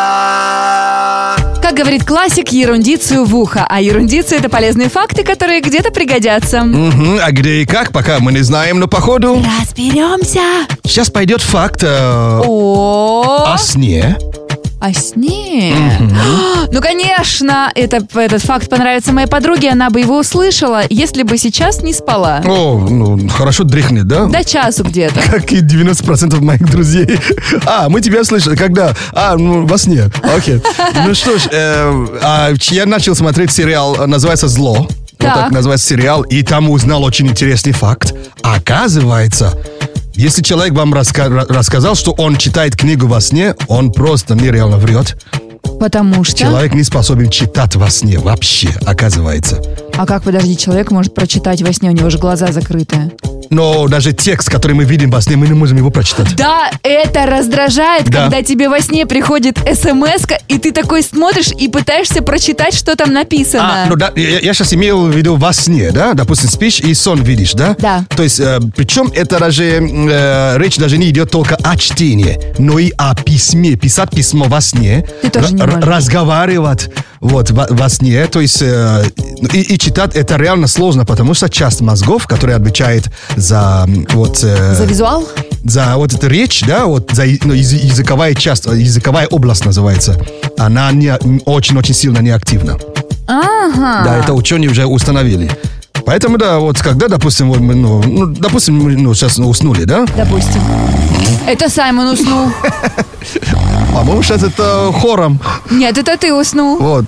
S2: Ерундиция.
S3: Как говорит классик, ерундицию в ухо. А ерундиция — это полезные факты, которые где-то пригодятся.
S1: Мгм, а где и как, пока мы не знаем, но походу...
S3: Разберемся.
S1: Сейчас пойдет факт э,
S3: О,
S1: о сне.
S3: о сне. Ну, конечно, это, этот факт понравится моей подруге, она бы его услышала, если бы сейчас не спала.
S1: О, ну, хорошо дрыхнет, да?
S3: До часу где-то.
S1: Как и 90% моих друзей. А, мы тебя слышали, когда? А, ну, во сне. Окей. Ну что ж, э, а, ч- я начал смотреть сериал, э, называется «Зло». Вот так
S3: Так.
S1: называется сериал. И там узнал очень интересный факт. Оказывается, если человек вам раска- ра- рассказал, что он читает книгу во сне, он просто нереально врет.
S3: Потому что...
S1: Человек не способен читать во сне вообще, оказывается.
S3: А как, подожди, человек может прочитать во сне, у него же глаза закрыты.
S1: Но даже текст, который мы видим во сне, мы не можем его прочитать.
S3: Да, это раздражает,
S1: Да.
S3: когда тебе во сне приходит смс и ты такой смотришь и пытаешься прочитать, что там написано.
S1: А, ну да, я, сейчас имел в виду во сне, да? Допустим, спишь и сон видишь, да? Да. То есть, э, причем это даже, м, э, речь даже не идет только о чтении, но и о письме. Писать письмо во сне.
S3: Ты тоже не
S1: р-
S3: можешь.
S1: Разговаривать вот во, во сне. То есть, э, и, и читать это реально сложно, потому что часть мозгов, которая отвечает за м, вот... э,
S3: За визуал?
S1: за вот эту речь, да, вот за и- ну, язы- языковая часть, э, языковая область называется, она не- м, очень-очень сильно неактивна.
S3: Ага.
S1: Да, это ученые уже установили. Поэтому, да, вот когда, допустим, вот мы, ну, ну, допустим, мы ну, сейчас уснули, да?
S3: Допустим. Это Саймон уснул.
S1: По-моему, сейчас А это хором.
S3: Нет, это ты уснул.
S1: Вот.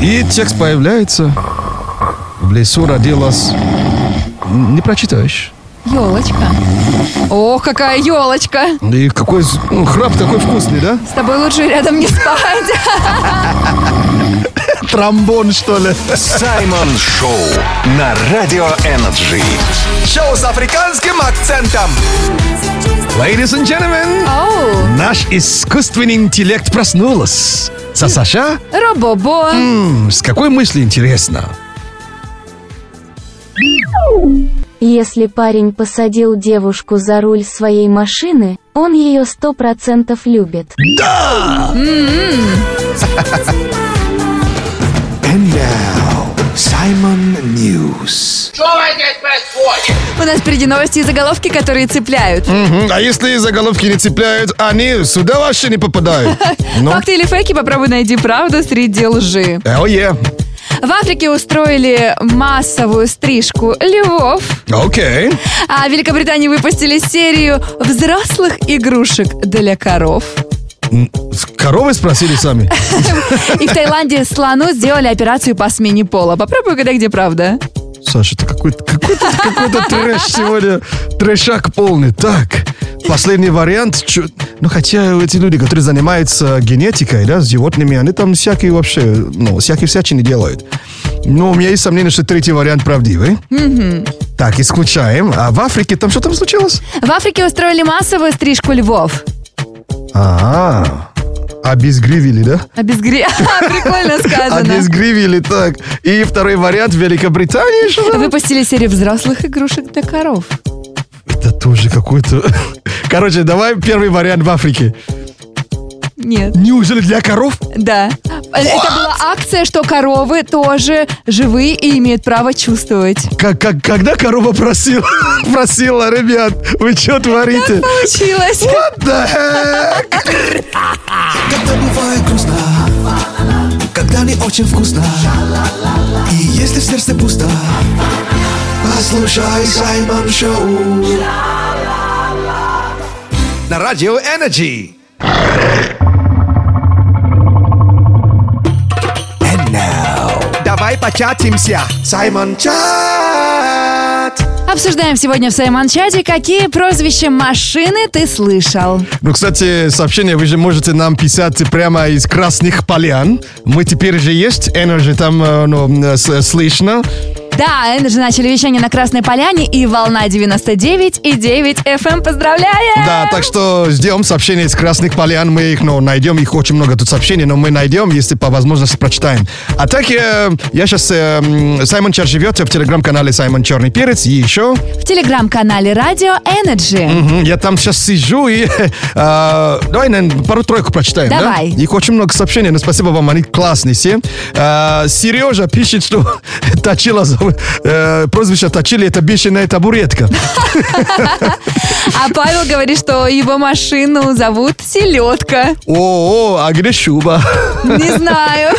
S1: И текст появляется. В лесу родилась... Не прочитаешь.
S3: Елочка. Ох, какая елочка.
S1: И какой з- ну, храп такой вкусный, да?
S3: С тобой лучше рядом не спать.
S1: Тромбон, что ли?
S5: Саймон Шоу на Радио Энерджи.
S2: Шоу с африканским акцентом.
S1: Ladies and gentlemen,
S3: Оу,
S1: наш искусственный интеллект проснулась. Со Саша?
S3: робобо.
S1: М, С какой мысли интересно?
S10: Если парень посадил девушку за руль своей машины, он ее сто процентов любит.
S2: And now, Simon News.
S3: У нас впереди новости и заголовки, которые цепляют.
S1: Мгм, А если заголовки не цепляют, они сюда вообще не попадают. Ну,
S3: Факты или фейки, попробуй найди правду среди лжи.
S1: э, ое.
S3: В Африке устроили массовую стрижку львов,
S1: Окей.
S3: а в Великобритании выпустили серию взрослых игрушек для коров.
S1: М, с- Коровы спросили сами.
S3: И в Таиланде слону сделали операцию по смене пола. Попробуй угадай, где правда.
S1: Саша, ты какой-то какой-то какой-то трэш сегодня. Трэшак полный. Так, последний вариант. чё- Ну, хотя эти люди, которые занимаются генетикой, да, с животными, они там всякие вообще, ну, всякие всячины делают. Но у меня есть сомнение, что третий вариант правдивый. Так, исключаем. А в Африке там что там случилось?
S3: В Африке устроили массовую стрижку львов.
S1: А, обезгривили, да?
S3: Обезгре... А, Прикольно сказано.
S1: Обезгривили, так. И второй вариант в Великобритании. что там?
S3: Выпустили серию взрослых игрушек для коров.
S1: Это тоже какой-то... Короче, давай первый вариант в Африке.
S3: Нет.
S1: Неужели для коров?
S3: Да. Э, Это была акция, что коровы тоже живые и имеют право чувствовать.
S1: Как, как, когда корова просила, просила, ребят, вы что творите?
S3: Получилось.
S1: What the heck?
S2: Когда бывает грустно, когда не очень вкусно, и если в сердце пусто, послушай Саймон Шоу. На радио Energy. And now, давай початимся. Саймон Чат.
S3: Обсуждаем сегодня в Саймон-чате, какие прозвища машины ты слышал.
S1: Ну, кстати, сообщение вы же можете нам писать прямо из Красных Полян. Мы теперь же есть, Energy там э, ну, э, с- слышно.
S3: Да, же начали вещание на Красной Поляне и Волна 99 и 9 FM. Поздравляем!
S1: Да, так что ждем сообщения из Красных Полян. Мы их, ну, найдем. Их очень много тут сообщений, но мы найдем, если по возможности прочитаем. А так, э, я сейчас... Саймон Чар живет в телеграм-канале Саймон Черный Перец. И еще...
S3: В телеграм-канале Радио Energy.
S1: Мгм, Я там сейчас сижу и... э, давай, наверное, пару-тройку прочитаем, да?
S3: Давай.
S1: Их очень много сообщений, но спасибо вам, они классные все. Э, Сережа пишет, что точила... зовут- э, прозвище точили, это бешеная табуретка.
S3: А Павел говорит, что его машину зовут Селедка.
S1: О, а где шуба?
S3: Не знаю.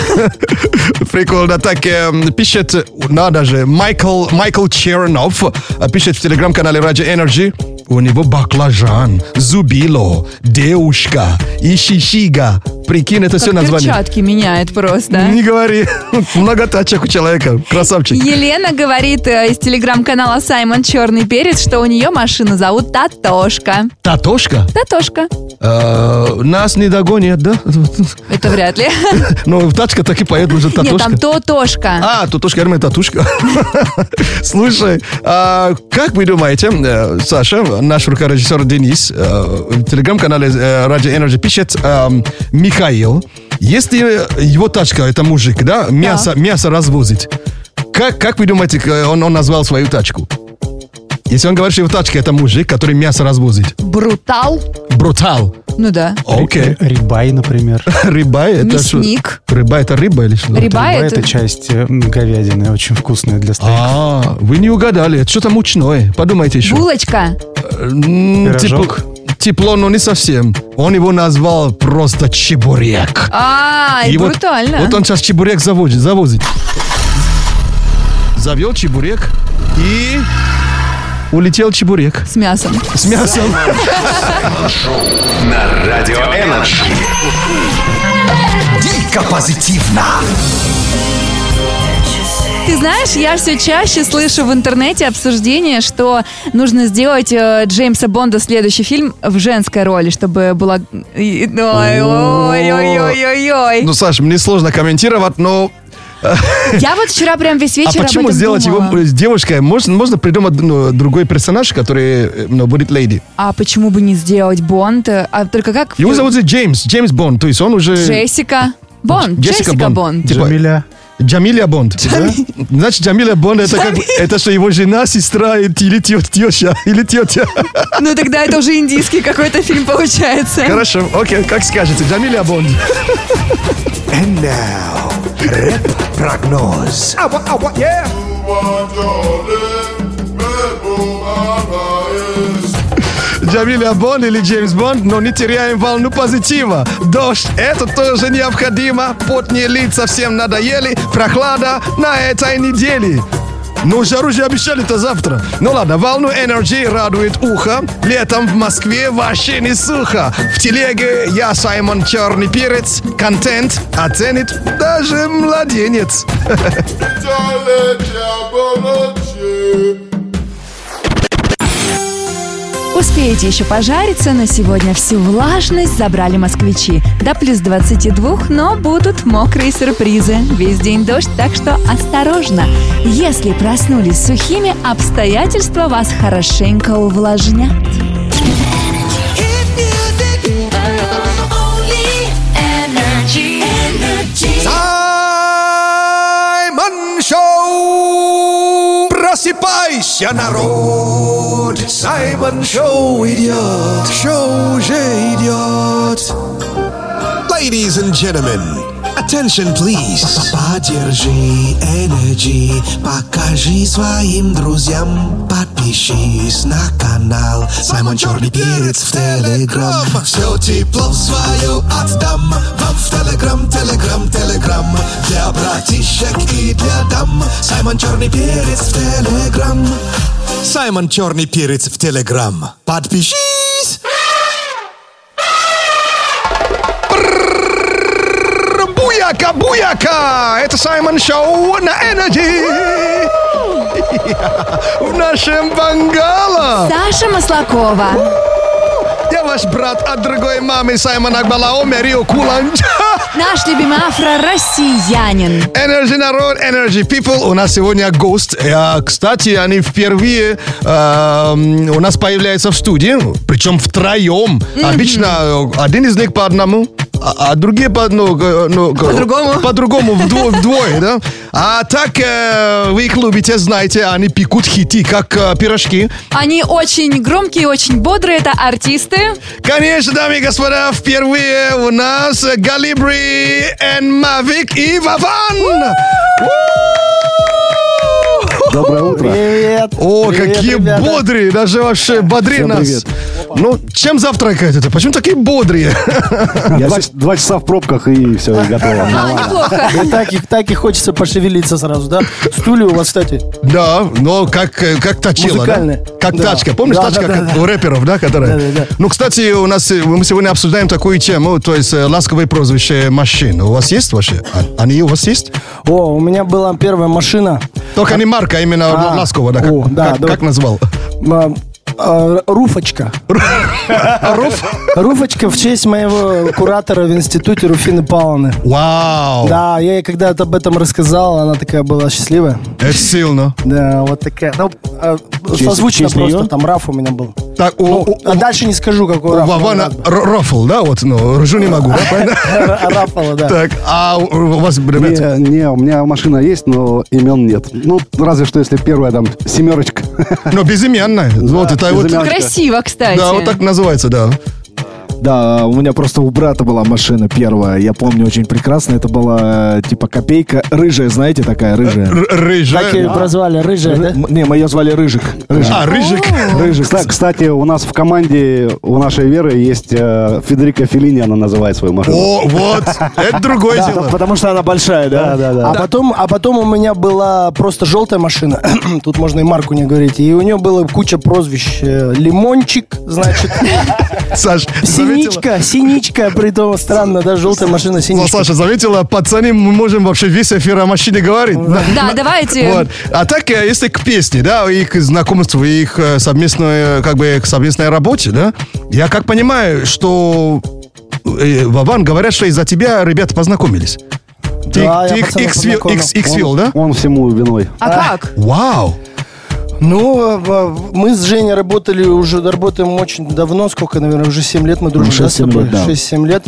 S1: Прикольно. Так, эм, пишет, надо же, Майкл, Майкл Чернов э, пишет в телеграм-канале Radio Energy. У него баклажан, зубило, девушка и шишига. Прикинь, это все
S3: Как
S1: название.
S3: перчатки меняет просто.
S1: Не говори. Много тачек у человека. Красавчик.
S3: Елена говорит э, из телеграм-канала Саймон Черный Перец, что у нее машину зовут Татошка.
S1: Татошка?
S3: Татошка.
S1: Э, Нас не догонят, да?
S3: Это вряд ли.
S1: Ну, тачка так и поедет уже
S3: Нет,
S1: Татошка.
S3: там Тотошка.
S1: А, тутушка, я думаю, татушка. Слушай, а как вы думаете, э, Саша, наш рукорежиссер Денис, э, в телеграм-канале э, Radio Energy пишет эм, Михаил, если его тачка, это мужик, да, мясо, мясо развозит, как, как вы думаете, к- он, он назвал свою тачку? Если он говорит, что его тачка это мужик, который мясо развозит.
S3: Брутал.
S1: Брутал.
S3: Ну да.
S1: Окей.
S4: Рибай, например.
S1: Рыбай это что?
S3: Мясник.
S1: Рыба это рыба или что?
S3: Рыба
S4: Рибай
S3: А это-
S4: это часть э, м, говядины, очень вкусная для стейка.
S1: А, вы не угадали. Это что-то мучное. Подумайте еще.
S3: Булочка.
S1: М,
S4: Пирожок.
S1: тепло- Тепло, но не совсем. Он его назвал просто чебурек.
S3: А, и
S1: И вот-
S3: брутально.
S1: Вот, он сейчас чебурек завозит, завозит. Завел чебурек и улетел чебурек.
S3: С мясом.
S1: С мясом.
S5: На радио Энерджи. Дико позитивно.
S3: Ты знаешь, я все чаще слышу в интернете обсуждение, что нужно сделать э, Джеймса Бонда следующий фильм в женской роли, чтобы была... и- и- ой, ой, ой, ой, ой, ой.
S1: Ну, Саш, мне сложно комментировать, но...
S3: Я вот вчера прям весь вечер
S1: А
S3: об
S1: почему
S3: этом
S1: сделать
S3: думала.
S1: его э, с девушкой? Можно, можно придумать ну, другой персонаж, который э, ну, будет леди.
S3: А почему бы не сделать Бонд? э, А только как... Э,
S1: Его зовут Джеймс, Джеймс Бонд, то есть он уже...
S3: Джессика Бонд. Джессика, Бонд.
S1: Джамиля. Типа Джамиля Бонд. да? Значит, Джамиля Бонд это как бы- это что его жена, сестра и- или тё- теща, или тетя.
S3: Ну тогда это уже индийский какой-то фильм получается.
S1: Хорошо, окей, как скажете, Джамиля Бонд.
S2: And now, рэп-прогноз.
S1: Джамиля Бонд или Джеймс Бонд, но не теряем волну позитива. Дождь, это тоже необходимо. Потные лица всем надоели. Прохлада на этой неделе. Ну, жару же обещали-то завтра. Ну ладно, волну энергии радует ухо. Летом в Москве вообще не сухо. В телеге я Саймон Черный Перец. Контент оценит даже младенец.
S3: Успеете еще пожариться, но сегодня всю влажность забрали москвичи. До плюс 22, но будут мокрые сюрпризы. Весь день дождь, так что осторожно. Если проснулись сухими, обстоятельства вас хорошенько увлажнят.
S2: Саймон Шоу! Просыпайся, народ! Саймон Шоу идет! Шоу уже идет! Ladies and gentlemen, attention please! Поддержи Energy, покажи своим друзьям, подпишись на канал Саймон Черный Перец в Телеграм. Все тепло свое отдам вам в Телеграм, Телеграм, Телеграм. Для братишек и для дам Саймон Черный Перец в Телеграм. Саймон Черный Перец в Телеграм. Подпишись!
S1: Буяка, буяка! Это Саймон Шоу на Энерджи! Iya. В нашем бангало!
S3: Саша Маслакова.
S1: Я ваш брат от другой мамы Саймон Акбалаоми, Рио Кулан.
S3: Наш любимый афро-россиянин.
S1: Energy народ, Energy people. У нас сегодня гость. Э, Кстати, они впервые э, у нас появляются в студии, причем втроем. Обычно э, один из них по одному, а, а другие по одному. По-другому. По-другому, вдво- вдвое, да? А так э, вы их любите, знаете, они пекут хиты, как э, пирожки.
S3: Они очень громкие, очень бодрые. Это артисты.
S1: Конечно, дамы и господа, впервые у нас Галибри and Mavic и Вован! Доброе утро. Привет. О,
S15: Привет,
S1: какие
S15: ребята.
S1: бодрые, даже вообще бодрее
S15: Всем
S1: нас.
S15: привет.
S1: Ну, чем завтракать это? Почему такие бодрые?
S15: Я два, два часа в пробках и все, и готово.
S3: А,
S15: Нормально.
S16: Неплохо.
S15: Да Так и, так и хочется пошевелиться сразу, да? Стулья у вас, кстати.
S1: Да, но как, э, как точила, да?
S15: Музыкальные.
S1: Как
S15: Да.
S1: тачка. Помнишь
S15: Да,
S1: тачка
S15: да, да,
S1: как
S15: да.
S1: у рэперов, да, которая? Ну, кстати, у нас э, мы сегодня обсуждаем такую тему, то есть э, ласковое прозвище машин. У вас есть вообще? А- Они у вас есть?
S16: О, у меня была первая машина.
S1: Только не марка, а именно
S16: А.
S1: ласково, да? Как,
S16: О, да,
S1: как-
S16: да.
S1: как назвал?
S16: А, а, Руфочка. Руфочка в честь моего куратора в институте Руфины Павловны.
S1: Вау!
S16: Да, А я ей когда-то об этом рассказал, она такая была счастливая.
S1: Это сильно.
S16: Да, вот такая. Ну, а,
S1: честь-
S16: созвучно
S1: в честь
S16: просто,
S1: неё?
S16: там Раф у меня был.
S1: Так, у,
S16: Ну, а дальше не скажу, какой Раф.
S1: Вавана Р- Рофл, да, вот, ну, ржу не могу, да, правильно?
S16: Рафала, да.
S1: Так, а у у вас, ребята,
S15: Не, не, у меня машина есть, но имен нет. Ну, разве что если первая там семерочка.
S1: но безымянная. Вот это вот.
S15: безымянка.
S3: Красиво, кстати.
S1: Да, вот так называется, да.
S15: Да, у меня просто у брата была машина первая. Я помню очень прекрасно. Это была типа копейка рыжая, знаете, такая рыжая.
S1: Рыжая.
S16: Так ее прозвали, рыжая, да?
S15: М- Не, мы ее звали Рыжик. Рыжик.
S1: А, Рыжик.
S15: Рыжик.
S1: Кста-
S15: Кстати, у нас в команде, у нашей Веры есть Федерика Феллини, она называет свою машину.
S1: О, вот, это другое
S15: Да,
S1: дело.
S15: Потому что она большая, да? Да,
S16: А потом, а потом у меня была просто желтая машина. Тут можно и марку не говорить. И у нее было куча прозвищ. э, Лимончик, значит.
S1: Саш, заметила?
S16: Синичка, синичка. Притом странно, да, желтая машина, синичка.
S1: Саша, заметила, пацаны, мы можем вообще весь эфир о машине говорить.
S3: Да, давайте.
S1: Вот. А так, э, если к песне, да, и к знакомству, и к э, совместной, э, как бы, к совместной работе, да, я как понимаю, что э, Вован говорят, что из-за тебя ребята познакомились. Ты,
S16: Да,
S1: ты
S16: я
S1: их,
S16: пацанов
S1: их свел,
S16: познакомил.
S1: их- их свел, да?
S15: Он всему виной.
S3: А как?
S1: Вау!
S16: Ну, э, в- мы с Женей работали уже, работаем очень давно. Сколько, наверное, уже 7 лет мы дружим, да, с
S15: 6-7
S16: тобой?
S15: лет, да.
S16: 6-7 лет.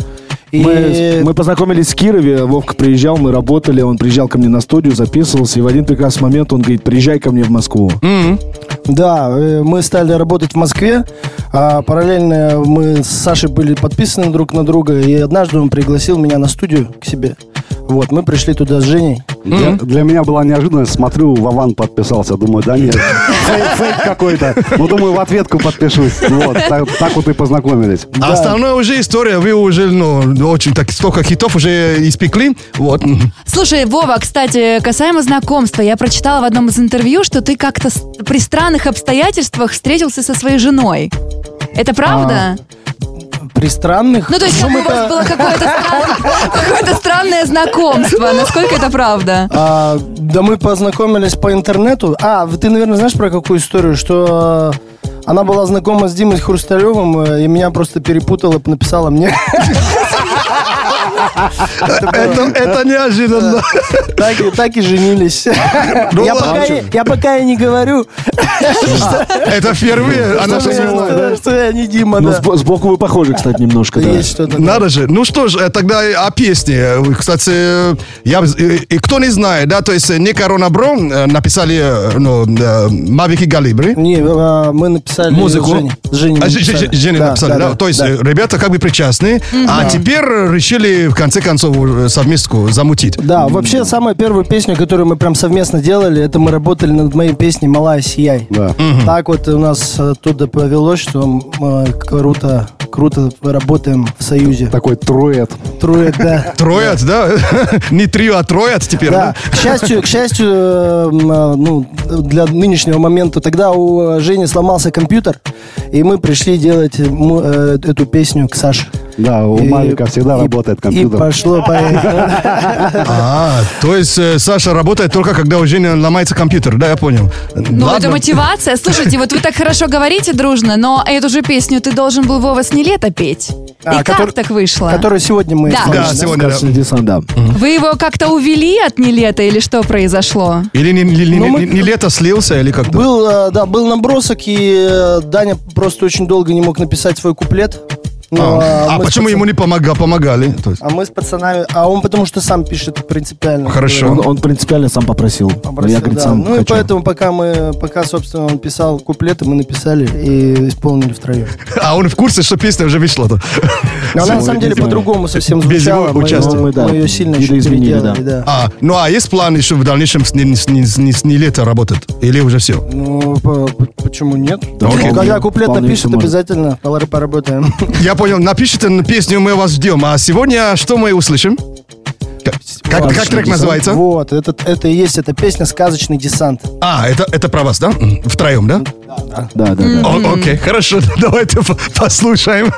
S15: Мы,
S16: И
S15: мы познакомились в Кирове, Вовка приезжал, мы работали, он приезжал ко мне на студию, записывался, и в один прекрасный момент он говорит, приезжай ко мне в Москву.
S16: Да, э, мы стали работать в Москве. а параллельно мы с Сашей были подписаны друг на друга. И однажды он пригласил меня на студию к себе. Вот, мы пришли туда с Женей.
S15: Для,
S17: для меня была неожиданность. Смотрю, Вован подписался. Думаю, да нет, фейк, фейк какой-то. Ну, думаю, в ответку подпишусь. Вот, так, так вот и познакомились.
S1: А Остальное уже история, вы уже, ну, очень так, столько хитов уже испекли, вот.
S3: Слушай, Вова, кстати, касаемо знакомства, я прочитала в одном из интервью, что ты как-то с- при странных обстоятельствах встретился со своей женой. Это правда?
S16: При странных...
S3: Ну, то есть,
S16: А. Ну,
S3: как бы у
S16: мы-то-
S3: вас было какое-то странное, какое-то странное
S16: Ну.
S3: знакомство. Насколько это правда?
S16: А, да мы познакомились по интернету. А, ты, наверное, знаешь про какую историю, что э, она была знакома с Димой Хрусталевым, э, и меня просто перепутала, написала мне.
S1: Это, это неожиданно.
S16: Так, и- так и женились.
S1: Ну
S16: я,
S1: ладно.
S16: пока, и- я пока и не говорю,
S1: Это впервые, а она
S16: что,
S1: же
S16: я,
S1: не знает.
S16: что- что я не Дима,
S15: Ну,
S16: да.
S15: сбо- сбоку вы похожи, кстати, немножко, да.
S16: Есть что-то. да.
S1: Надо же. Ну что ж, э, тогда э, о песне. Э, Кстати, э, я, б- э, и кто не знает, да, то есть э, не Корона Бро э, написали э, ну, э, Мавики Галибри.
S16: Не, э, мы написали
S1: Музыку.
S16: с Женей. С Женей мы
S1: А, Ж- Ж-
S16: написали.
S1: Ж- Женя
S16: Да,
S1: написали,
S16: да,
S1: да,
S16: да,
S1: То есть
S16: да.
S1: э, ребята как бы причастны. А теперь э, решили в конце концов э, совместку замутить.
S16: Да, вообще самая первая песня, которую мы прям совместно делали, это мы работали над моей песней «Малая сияй».
S17: Да.
S16: Так вот у нас оттуда повелось, что мы круто, круто работаем в союзе.
S17: Такой труэт.
S16: Труэт, да.
S1: Троят, да? Не трио, а троят теперь,
S16: Да,
S1: да?
S16: к счастью, к счастью, э, м, э, ну, для нынешнего момента, тогда у э, Жени сломался компьютер, и мы пришли делать э, му- э, эту песню к Саше.
S17: Да, у
S16: И-
S17: Мавика всегда
S16: и-
S17: работает
S16: И
S17: компьютер.
S16: пошло, поехало.
S1: А, то есть э, Саша работает только когда у Жени ломается компьютер, да, я понял.
S3: Ну,
S1: Ладно.
S3: это мотивация. Слушайте, вот вы так хорошо говорите дружно, но эту же песню ты должен был, Вова, с лета петь.
S16: А,
S3: И
S16: который-
S3: как так вышло?
S16: Который сегодня мы...
S3: Да.
S1: Да, сегодня, да.
S15: Скоростный десант, да.
S3: Вы его как-то увели от Нилета или что произошло?
S1: Или не, не- не-
S16: Ну, мы-
S1: не- не лето слился, или как-то?
S16: Был, э, да, был набросок, и э, Даня просто очень долго не мог написать свой куплет. Но, э,
S1: А, а
S16: мы с
S1: почему
S16: пацан-
S1: ему не помога- помогали? То есть,
S16: А мы с пацанами... А он потому что сам пишет принципиально.
S1: Хорошо.
S15: Он, он принципиально сам попросил.
S16: Образцы,
S15: Я, говорит,
S16: да.
S15: сам
S16: Ну и
S15: хочу.
S16: поэтому, пока мы, пока, собственно, он писал куплеты, мы написали и исполнили втроем.
S1: А он в курсе, что песня уже вышла то.
S16: Но она на
S15: Ой,
S16: самом деле
S15: не знаю.
S16: по-другому совсем
S1: Ну, Без его
S16: звучала. мы,
S1: участия.
S16: её-
S15: Мы, да,
S16: мы ее сильно еще
S15: видоизменили,
S16: переделали,
S15: да.
S16: да.
S1: А, ну а есть план еще в дальнейшем с, не, с не- с не- с не лето работать? Или уже все?
S16: Ну, по- по- почему нет?
S15: Да,
S16: Ну,
S15: окей.
S16: когда куплет
S15: Вполне
S16: напишет,
S15: всё может.
S16: обязательно пора- поработаем.
S1: Я понял, напишите на песню, мы вас ждем. А сегодня что мы услышим? Как, как- как трек называется?
S16: Вот, этот, это и есть эта песня «Сказочный десант».
S1: А, это, это про вас, да? М, Втроем, да?
S15: Да, да, да.
S1: О- окей, хорошо, давайте по- послушаем.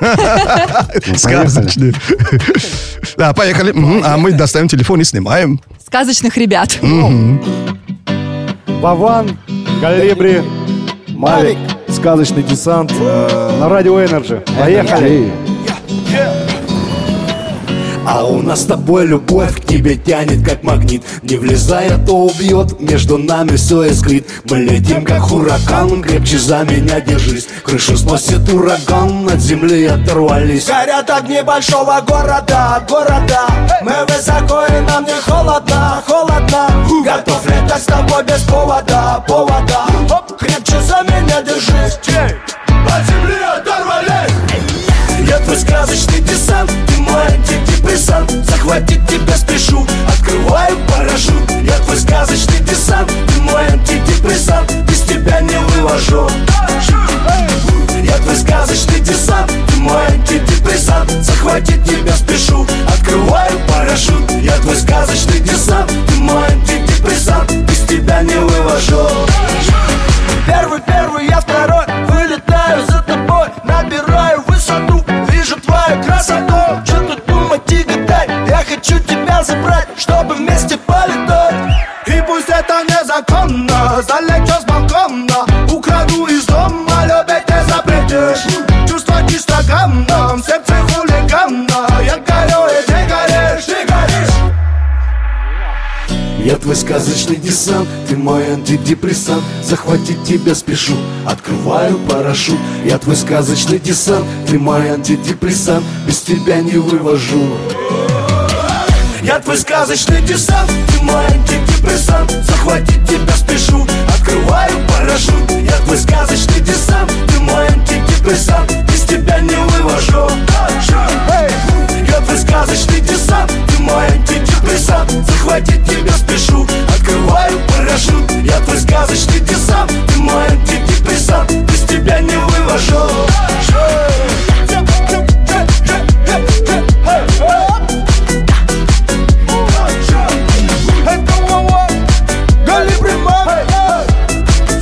S15: Ну,
S1: Сказочный. Да, поехали. Мгм, А мы достаем телефон и снимаем.
S3: Сказочных ребят.
S17: Вован, Галибри, Мавик, Сказочный десант э, на Радио Энерджи. Поехали.
S2: А у нас с тобой любовь к тебе тянет как магнит Не влезай, а то убьет, между нами все искрит Мы летим как ураган, крепче за меня держись Крышу сносит ураган, от земли оторвались Горят огни большого города, города Мы высоко и нам не холодно, холодно Готов летать с тобой без повода, повода Оп, крепче за меня держись От земли оторвались нет, вы сказочный
S18: провожу Я твой сказочный десант Ты мой антидепрессант Захватить тебя спешу Открываю парашют Я твой сказочный десант Ты мой антидепрессант Без тебя не вывожу Первый, первый, я второй Вылетаю за тобой Набираю высоту Вижу твою красоту Че тут думать и гадать Я хочу тебя забрать Чтобы вместе полетать И пусть это незаконно Залечу с балкона Украду из дома Любить ты запретишь Чувство чистокамно В сердце хулиганно Я горю и ты горишь Ты горишь я твой сказочный десант, ты мой антидепрессант Захватить тебя спешу, открываю парашют Я твой сказочный десант, ты мой антидепрессант Без тебя не вывожу Я твой сказочный десант, ты мой антидепрессант Захватить тебя спешу, открываю парашют Я твой сказочный десант, ты мой антидепрессант Без тебя не вывожу Я твой сказочный десант, ты мой антидепрессант Захватить тебя спешу, открываю парашют Я твой сказочный десант, ты мой антидепрессант Без тебя не вывожу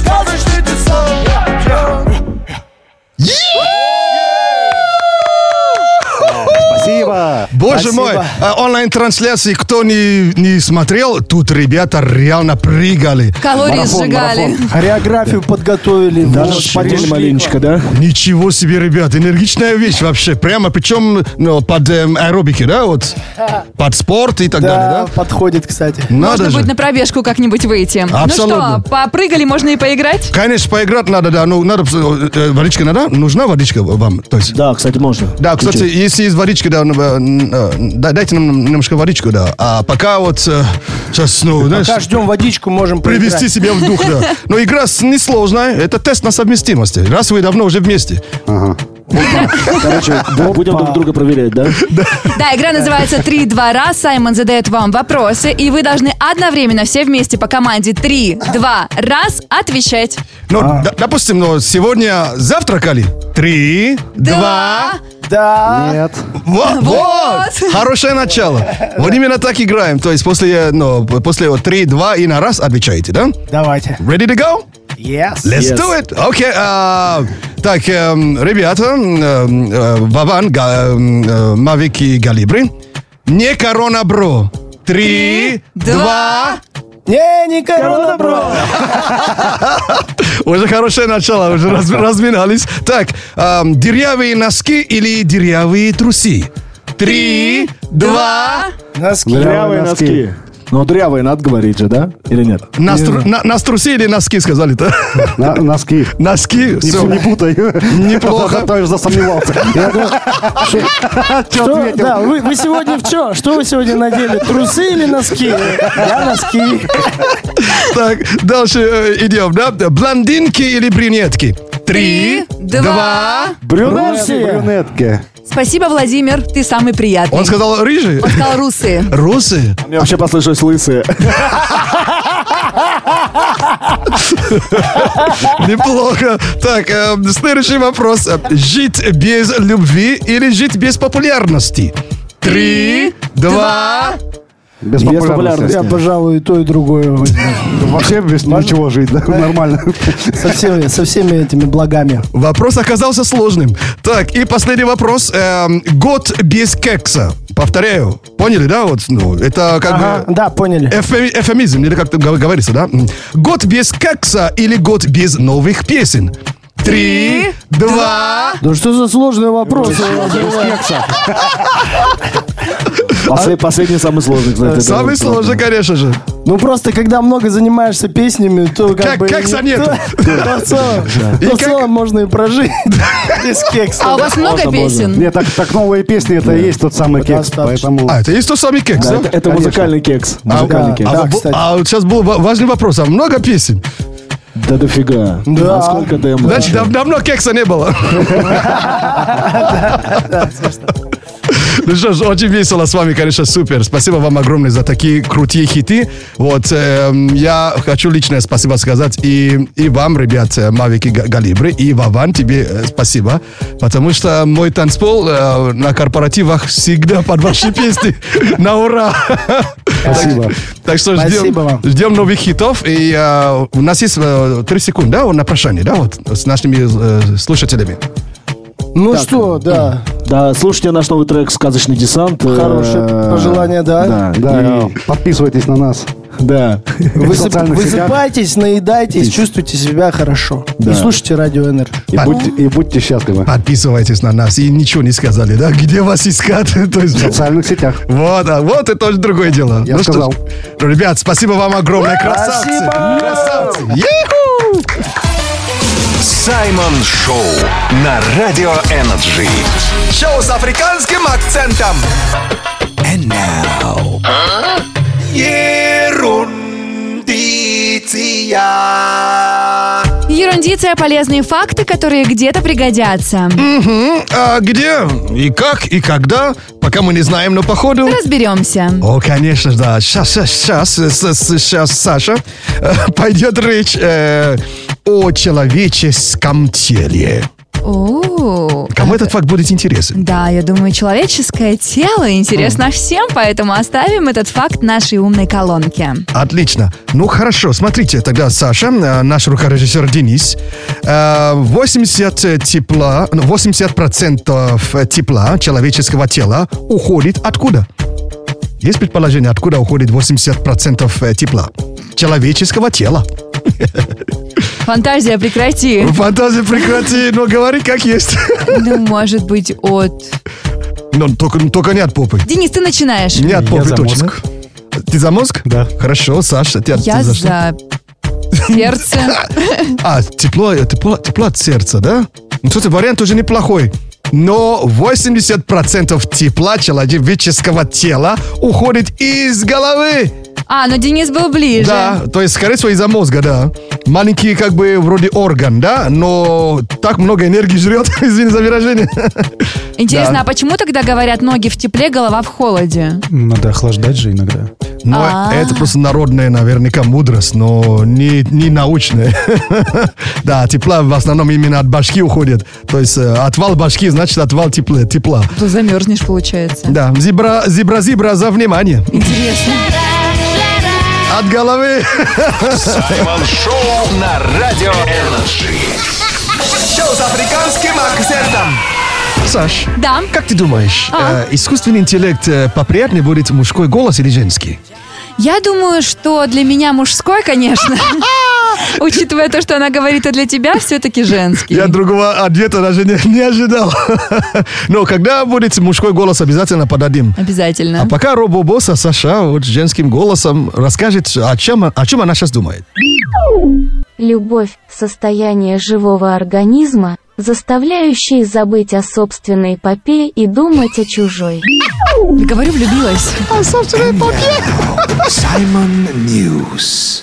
S18: Сказочный десант
S1: Спасибо. Боже
S17: Спасибо.
S1: мой, а, онлайн-трансляции, кто не, не смотрел, тут ребята реально прыгали.
S3: Калории сжигали.
S1: Хореографию подготовили.
S15: Даже вспотели маленечко, да?
S1: Ничего себе, ребят, энергичная вещь вообще. Прямо, причем ну, под эм, аэробики, да, вот? Под спорт и так далее, да? подходит, кстати. Надо
S3: можно
S1: же.
S3: будет на пробежку как-нибудь выйти.
S1: Абсолютно.
S3: Ну что, попрыгали, можно и поиграть?
S1: Конечно, поиграть надо, да. Ну, надо, э, э, водичка надо? Нужна водичка вам? То есть? Да, кстати, можно. Да, кстати,
S15: Включи.
S1: если есть водичка, да, ну, э, э, да, дайте нам немножко водичку, да. А пока вот э, сейчас, ну, знаешь...
S16: Пока ждем водичку, можем
S1: Привести
S16: поиграть.
S1: себя в дух, да. Но игра с- несложная. Это тест на совместимость. Раз вы давно уже вместе. Ага.
S15: Короче, будем друг друга проверять, да?
S3: Да, игра называется «Три двора». Саймон задает вам вопросы, и вы должны одновременно все вместе по команде «Три, два, раз» отвечать.
S1: Ну, д- допустим, но сегодня завтракали. Три, два...
S16: Да.
S1: Нет. Вот, вот. Хорошее начало. Вот именно так играем. То есть после, ну, после вот три, два и на раз отвечаете, да?
S16: Давайте.
S1: Ready to go?
S16: Yes.
S1: Let's do it. Окей. а, так, эм, ребята, эм, э, Вован, Га- эм, э, Мавик и Галибри. Не корона, бро. Три, два.
S16: Не, не корона, бро.
S1: Уже хорошее начало, уже раз- разминались. Так, эм, дырявые носки или дырявые трусы? Три, два.
S16: Носки.
S15: Дырявые носки. Ну, дырявые надо говорить же, да? Или нет?
S1: Нас, тру- на- нас трусы или носки сказали-то?
S17: носки.
S1: Носки.
S17: Не,
S1: всё.
S17: не путай.
S1: Неплохо.
S17: Кто засомневался. Я думал,
S16: Что, да, вы, вы сегодня в чё? Что вы сегодня надели? Трусы или носки? Я носки.
S1: Так, дальше э, идем, да? Блондинки или брюнетки? Три,
S3: два.
S1: Брюнетки.
S17: Брюнетки.
S3: Спасибо, Владимир, ты самый приятный.
S1: Он сказал рыжие?
S3: Он сказал русые.
S1: Русы?
S15: Мне вообще послышались лысые.
S1: Неплохо. Так, э, следующий вопрос. Жить без любви или жить без популярности? Три, два...
S17: Без
S16: Я,
S17: популярности.
S16: пожалуй, и то, и другое. возьму.
S17: Вообще без ничего жить, да? Нормально.
S16: Со всеми, со всеми этими благами.
S1: Вопрос оказался сложным. Так, и последний вопрос. Эм, год без кекса. Повторяю. Поняли, да? Вот, ну, это как
S16: Ага,
S1: бы...
S16: Э, да, поняли.
S1: эфе- Эфемизм, или как там гов- говорится, да? М. Год без кекса или год без новых песен? Три, два...
S16: Да что за Э, сложные вопросы?
S15: Послед- Последний самый сложный, кстати. это
S1: А? Самый
S15: вот
S1: сложный, конечно же.
S16: Ну просто, когда много занимаешься песнями, то как,
S1: Как-
S16: бы...
S1: кекса нету.
S16: то- то в целом-
S1: И
S16: то в целом можно и прожить без кекса.
S3: А у вас много песен?
S17: Нет, так, так новые песни, это и есть тот самый кекс, поэтому...
S1: А, это есть тот самый кекс,
S15: Да,
S1: да?
S15: это- это
S1: Конечно.
S15: музыкальный кекс.
S1: А,
S15: Музыкальный
S1: а,
S15: кекс.
S1: а, бу- а вот сейчас был ва- важный вопрос. А много песен?
S15: Да дофига.
S1: Да.
S15: А сколько демо?
S1: Значит, дав- давно кекса не было. Ну что ж, очень весело с вами, конечно, супер. Спасибо вам огромное за такие крутые хиты. Вот, эм, я хочу личное спасибо сказать и, и вам, ребят, э, Мавики Га- Галибры, и Вован, тебе э, спасибо. Потому что мой танцпол э, на корпоративах всегда под ваши песни. На ура!
S17: Спасибо.
S1: Так- Так что ждем,
S17: Спасибо вам.
S1: ждем новых хитов. И э, у нас есть э, три секунды, да, вот на прощание, да, вот с нашими э, слушателями.
S16: Ну что, да.
S19: Да, слушайте наш новый трек «Сказочный десант».
S16: Хорошее
S19: Э,
S16: пожелание, да?
S19: Да,
S17: Да,
S19: и-
S17: подписывайтесь на нас.
S19: Да.
S16: Высып-
S17: социальных сетях.
S16: высыпайтесь, наедайтесь, чувствуйте себя хорошо.
S17: Да.
S16: И слушайте радио Энерджи.
S17: И будьте, и будьте счастливы.
S1: Подписывайтесь на нас. И ничего не сказали, да? Где вас искать? То есть... В
S17: социальных сетях.
S1: Вот, а вот это тоже другое дело. Ну
S17: Я
S1: что ж,
S17: сказал.
S1: ребят, спасибо вам огромное. Красавцы. Красавцы. Е-ху!
S5: Саймон Шоу на Радио Энерджи.
S18: Шоу с африканским акцентом. And now. Ерундиция.
S3: Ерундиция – полезные факты, которые где-то пригодятся.
S1: Мгм. А где и как и когда, пока мы не знаем, но походу...
S3: Разберемся.
S1: О, конечно, же, да. Сейчас, сейчас, сейчас, Саша, э, пойдет речь э, о человеческом теле.
S3: О,
S1: Кому этот факт будет интересен?
S3: Да, я думаю, человеческое тело интересно
S1: Хм.
S3: всем, поэтому оставим этот факт нашей умной колонке.
S1: Отлично. Ну хорошо, смотрите, тогда Саша, э, наш рукорежиссер Денис, э, 80 тепла, ну, 80% тепла человеческого тела уходит откуда? Есть предположение, откуда уходит 80% тепла человеческого тела?
S3: Фантазия, прекрати.
S1: Фантазия прекрати, но говори как есть.
S3: Ну, может быть, от...
S1: Но только, только не от попы.
S3: Денис, ты начинаешь.
S1: Не от попы
S4: за
S1: точно.
S4: мозг.
S1: Ты за мозг? Да. Хорошо, Саша, ты, от-
S3: Я
S1: ты за что?
S3: за сердце.
S1: А, тепло, э, тепло, тепло от сердца, да? Ну, кстати, вариант уже неплохой. Но 80% тепла человеческого тела уходит из головы.
S3: А, но Денис был ближе.
S1: Да, то есть, скорее всего, из-за мозга, да. Маленький, как бы, вроде орган, да, но так много энергии жрет, извини за выражение.
S3: Интересно,
S1: Да.
S3: а почему тогда говорят ноги в тепле, голова в холоде? Ну,
S4: Надо охлаждать же иногда.
S1: Ну,
S3: А.
S1: это просто народная, наверняка, мудрость, но не, не научная. да, тепла в основном именно от башки уходит. То есть э, отвал башки значит отвал тепла. тепла.
S3: То замерзнешь, получается.
S1: Да, зебра, зебра, зебра за внимание.
S3: Интересно.
S1: От головы.
S5: Саймон Шоу на Радио Энерджи.
S18: Шоу с африканским акцентом.
S1: Саш,
S3: Да.
S1: как ты думаешь,
S3: А.
S1: э, искусственный интеллект э, поприятнее будет мужской голос или женский?
S3: Я думаю, что для меня мужской, конечно. Учитывая то, что она говорит, а для тебя все-таки женский.
S1: Я другого ответа даже не, не ожидал. Но когда будет мужской голос, обязательно подадим.
S3: Обязательно.
S1: А пока робо-босса Саша вот с женским голосом расскажет, о чем, о чем она сейчас думает.
S10: Любовь – состояние живого организма, заставляющее забыть о собственной попе и думать о чужой.
S3: Говорю, влюбилась.
S1: А,
S10: О собственной
S18: Саймон Ньюс.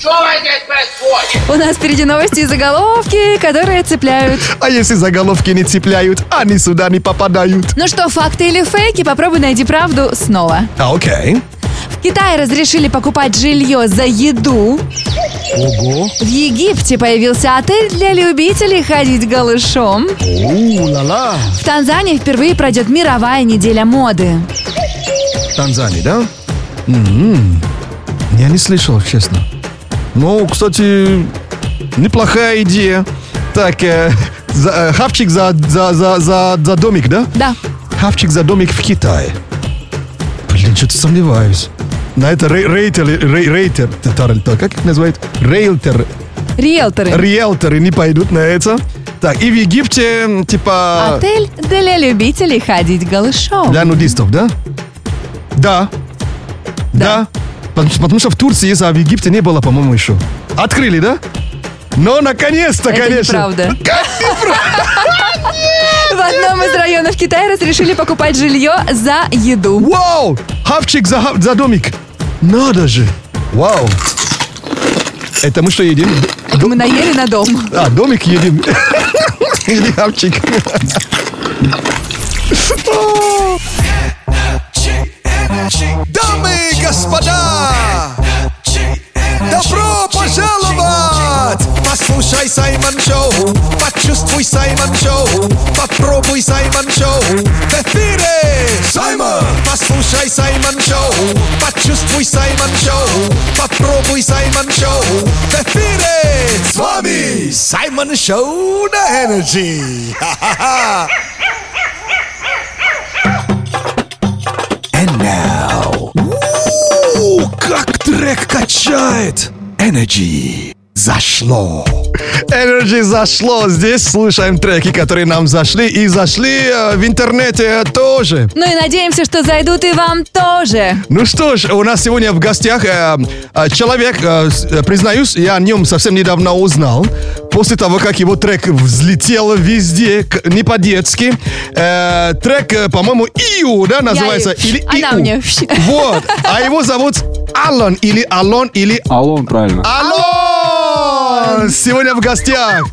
S3: У нас впереди новости и заголовки, которые цепляют.
S1: А если заголовки не цепляют, они сюда не попадают.
S3: Ну что, факты или фейки? Попробуй найди правду снова.
S1: А, Окей.
S3: В Китае разрешили покупать жилье за еду.
S1: Ого.
S3: В Египте появился отель для любителей ходить голышом.
S1: У-ла-ла.
S3: В Танзании впервые пройдет мировая неделя моды.
S1: Танзания, да? М-м. Я не слышал, честно. Ну, кстати, неплохая идея. Так, э, за- э, хавчик за, за, за, за, за домик, да?
S3: Да.
S1: Хавчик за домик в Китае. Блин, что-то сомневаюсь. На это рей- рейтер, рей- рейтер, тар- тар- как их называют? Рейлтер,
S3: Риэлторы.
S1: риэлторы не пойдут на это. Так, и в Египте, м, типа...
S3: Отель для любителей ходить голышом.
S1: Для нудистов, да? Да. Да. Потому, что- потому что в Турции есть, а в Египте не было, по-моему, еще. Открыли, да? Ну, наконец-то,
S3: Это
S1: конечно.
S3: неправда. В одном из районов Китая разрешили покупать жилье за еду.
S1: Вау! Хавчик за, хав- за домик. Надо же. Вау. Это мы что едим?
S3: Мы наели на дом.
S1: А, домик едим. Или хавчик.
S5: Знай Саймон Шоу, почувствуй Саймон Шоу, попробуй Саймон Шоу. В эфире Саймон! Послушай Саймон Шоу, почувствуй Саймон Шоу, попробуй Саймон Шоу. В эфире с вами Саймон Шоу на Energy. Ха-ха-ха! And now. Ууу, как трек качает! Energy зашло.
S1: Energy зашло. Здесь слушаем треки, которые нам зашли. И зашли э, в интернете тоже.
S3: Ну и надеемся, что зайдут и вам тоже.
S1: Ну что ж, у нас сегодня в гостях э, э, человек, э, с- э, признаюсь, я о нем совсем недавно узнал. После того, как его трек взлетел везде, к- не по-детски. Э, трек, э, по-моему, Иу, да, называется?
S3: и-
S1: Или
S3: она
S1: Иу.
S3: мне.
S1: Вот. А его зовут Алан или Алон или...
S19: Алон, правильно.
S1: Алон! Сегодня в гостях.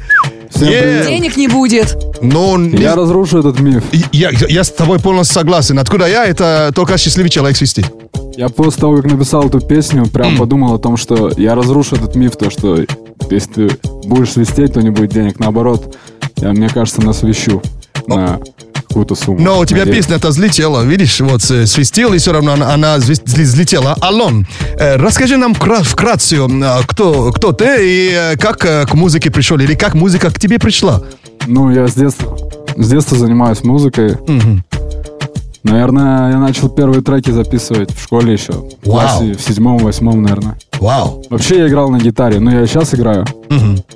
S19: Всем
S1: Е.
S19: привет.
S3: Денег не будет.
S1: Ну, не-
S19: Я разрушу этот миф.
S1: я, я- я с тобой полностью согласен. Откуда я? Это только счастливый человек свести.
S19: Я после того, как написал эту песню, прям подумал о том, что я разрушу этот миф, то что если ты будешь свистеть, то не будет денег. Наоборот, я, мне кажется, насвещу на какую-то сумму.
S1: Но у тебя
S19: Надеюсь.
S1: песня-то взлетела, видишь, вот э, свистел, и все равно она, она звис- зли- взлетела. Алон, э, расскажи нам кра- вкратце, э, кто, кто ты и э, как э, к музыке пришел, или как музыка к тебе пришла?
S19: Ну, я с детства, с детства занимаюсь музыкой. Наверное, я начал первые треки записывать в школе еще. В классе, в седьмом, восьмом, наверное.
S1: Вау.
S19: Вообще я играл на гитаре, но я и сейчас играю.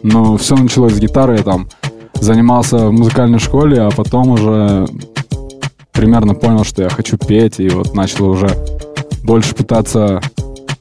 S19: Но все началось с гитары, я там занимался в музыкальной школе, а потом уже примерно понял, что я хочу петь, и вот начал уже больше пытаться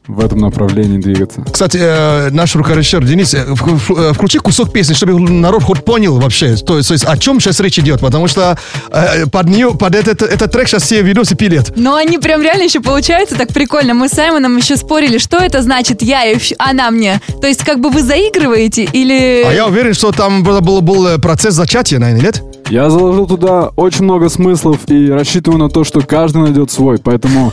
S19: в этом направлении двигаться.
S1: Кстати, э, наш рукорежиссер Денис, э, в- в- э, включи кусок песни, чтобы народ хоть понял вообще, то, есть- то есть о чем сейчас речь идет, потому что э, под, нее, под этот, этот трек сейчас все видосы пилят.
S3: Но они прям реально еще получаются так прикольно. Мы с Саймоном еще спорили, что это значит я и щ- она мне. То есть как бы вы заигрываете или...
S1: А я уверен, что там был, был- был, э, процесс зачатия, наверное, нет?
S19: Я заложил туда очень много смыслов и рассчитываю на то, что каждый найдет свой, поэтому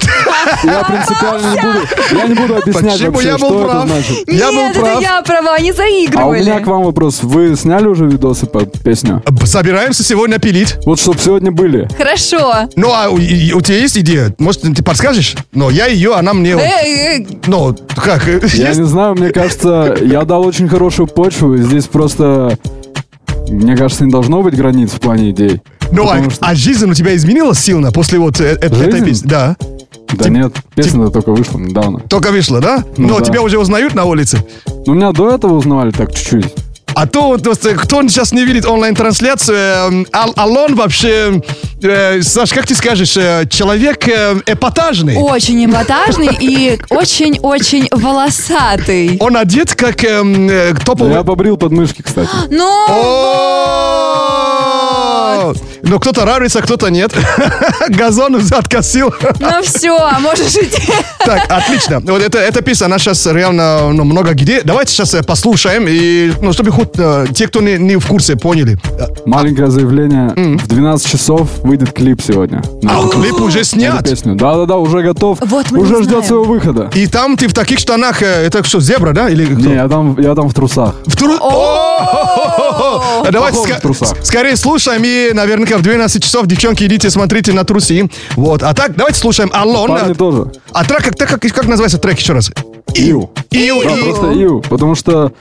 S3: А,
S19: я принципиально не буду, я не буду объяснять
S1: Почему
S19: вообще,
S1: я был
S19: что
S1: прав?
S19: это значит.
S3: Нет, это я права, они
S19: А у
S3: заигрывали.
S19: меня к вам вопрос. Вы сняли уже видосы под песню?
S1: Собираемся сегодня пилить.
S19: Вот чтоб сегодня были.
S3: Хорошо.
S1: Ну, а у, и- у тебя есть идея? Может, ты подскажешь? Но я ее, она мне...
S3: Э, э,
S1: Ну, как? э,
S19: Я
S1: есть?
S19: не знаю, мне кажется, я дал очень хорошую почву. и Здесь просто, мне кажется, не должно быть границ в плане идей.
S1: Ну, а,
S19: Потому что-
S1: а жизнь у тебя изменилась сильно после вот э- э- этой
S19: Жизнь?
S1: песни? Да.
S19: Да нет, песня-то только вышла недавно.
S1: Только вышла, да?
S19: Ну
S1: Но
S19: да.
S1: тебя уже узнают на улице?
S19: Ну, меня до этого узнавали так чуть-чуть.
S1: А то, вот, вот, э, кто сейчас не видит онлайн-трансляцию, э, Ал- Алон вообще, э, Саш, как ты скажешь, э, человек э, эпатажный.
S3: Очень эпатажный и очень-очень волосатый.
S1: Он одет как эм, э, топовый...
S19: Я побрил подмышки, кстати.
S3: Ну,
S1: Но кто-то радуется, кто-то нет. Газон откосил.
S3: ну все, можешь идти.
S1: Так, отлично. Вот это, эта песня, она сейчас реально ну, много где. Давайте сейчас э, послушаем, и, ну, чтобы хоть э, те, кто не, не в курсе, поняли. Э,
S19: Маленькое заявление. В 12 часов выйдет клип сегодня.
S1: А
S19: Эту
S1: клип уже снят.
S19: песню. Да-да-да, уже готов.
S3: Вот мы
S19: Уже
S3: не
S19: ждет
S3: знаем.
S19: своего выхода.
S1: И там ты в таких штанах, э, это что, зебра, да? Или кто?
S19: Не, я там, я там в трусах.
S1: В тру- О! Давайте
S19: Похоже,
S1: ска-
S19: в трусах.
S1: с- скорее слушаем, и наверняка в 12 часов, девчонки, идите, смотрите на трусы. Вот, а так, давайте слушаем Алон.
S19: Парни тоже.
S1: А трек, как, так как, как называется трек еще раз?
S19: Ил.
S1: Иу,
S19: Да,
S1: иу.
S19: просто Ил. Потому что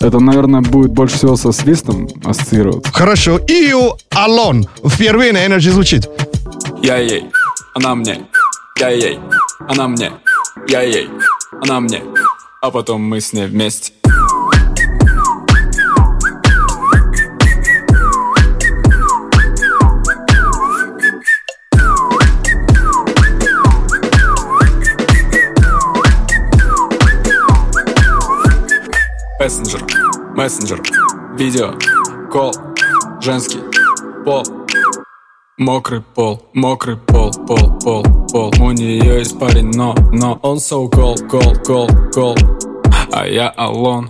S19: это, наверное, будет больше всего со свистом ассоциироваться.
S1: Хорошо. Иу Алон. Впервые на Energy звучит.
S20: Я ей, она мне. Я ей, она мне. Я ей, она мне. А потом мы с ней вместе. Мессенджер, мессенджер, видео, кол, женский, пол, Мокрый пол, мокрый пол, пол, пол, пол У нее есть парень, но, но Он so cold, cold, cold, cold А я alone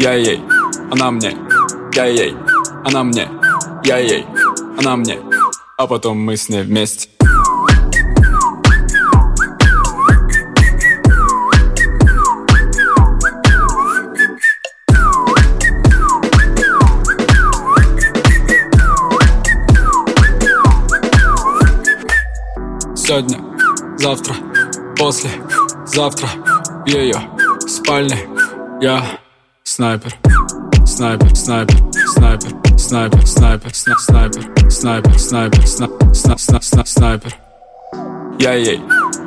S20: Я ей, она мне Я ей, она мне Я ей, она мне А потом мы с ней вместе Завтра, после, завтра В ее спальне я снайпер Снайпер, снайпер, снайпер, снайпер, снайпер, сна- снайпер, снайпер, снайпер, сна- сна- сна- сна- снайпер. Я ей,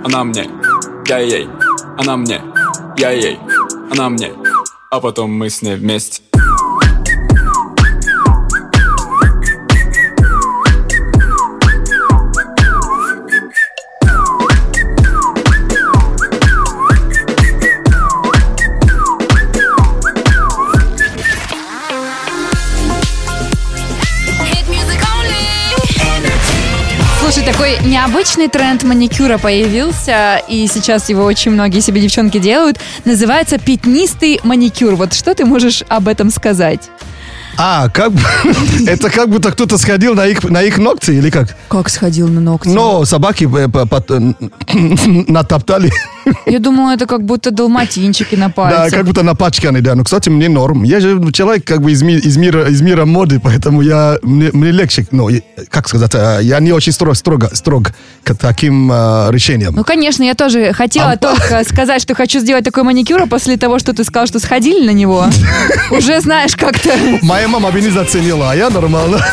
S20: она мне, я ей, она мне, я ей, она мне, а потом мы с ней вместе.
S3: Слушай, такой необычный тренд маникюра появился, и сейчас его очень многие себе девчонки делают. Называется пятнистый маникюр. Вот что ты можешь об этом сказать?
S1: А, как бы- это как будто кто-то сходил на их, на их ногти или как?
S3: Как сходил на ногти?
S1: Но собаки э, по- по- натоптали.
S3: Я думаю, это как будто долматинчики на
S1: Да,
S3: пальцах.
S1: как будто напачканы, да. Но, кстати, мне норм. Я же человек как бы из, ми- из мира, из мира моды, поэтому я, мне, мне легче. Ну, и, как сказать, э, я не очень строг, строго, строг к таким э, решениям.
S3: Ну, конечно, я тоже
S1: А,
S3: хотела только сказать, что хочу сделать такой маникюр, а после того, что ты сказал, что сходили на него, уже знаешь как-то...
S1: Моя мама бы не заценила, а я нормально.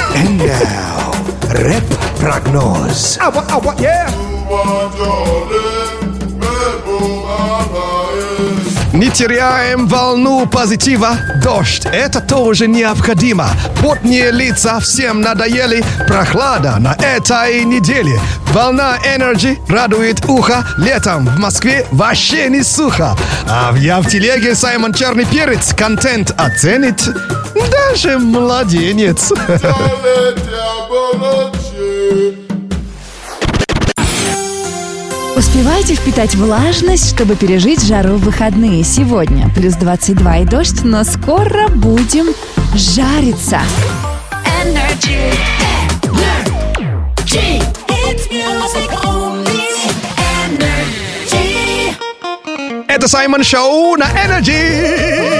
S2: Рэп-прогноз.
S1: Не теряем волну позитива. Дождь – это тоже необходимо. Потные лица всем надоели. Прохлада на этой неделе. Волна энергии радует ухо. Летом в Москве вообще не сухо. А я в телеге Саймон Черный Перец. Контент оценит даже младенец.
S3: Успевайте впитать влажность, чтобы пережить жару в выходные. Сегодня плюс 22 и дождь, но скоро будем жариться.
S1: Это Саймон Шоу на Energy.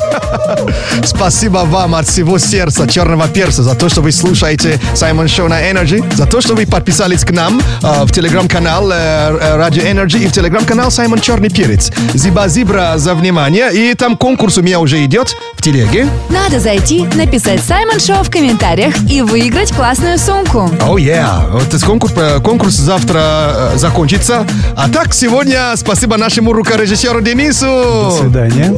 S1: Спасибо вам от всего сердца черного перца за то, что вы слушаете Саймон Шоу на Energy, за то, что вы подписались к нам э, в телеграм-канал э, э, Радио Energy и в телеграм-канал Саймон Черный Перец. Зиба-зибра за внимание. И там конкурс у меня уже идет в телеге.
S3: Надо зайти, написать Саймон Шоу в комментариях и выиграть классную сумку.
S1: О, yeah. Вот этот конкурс, э, конкурс завтра э, закончится. А так, сегодня спасибо нашему рукорежиссеру Денису. До
S4: свидания.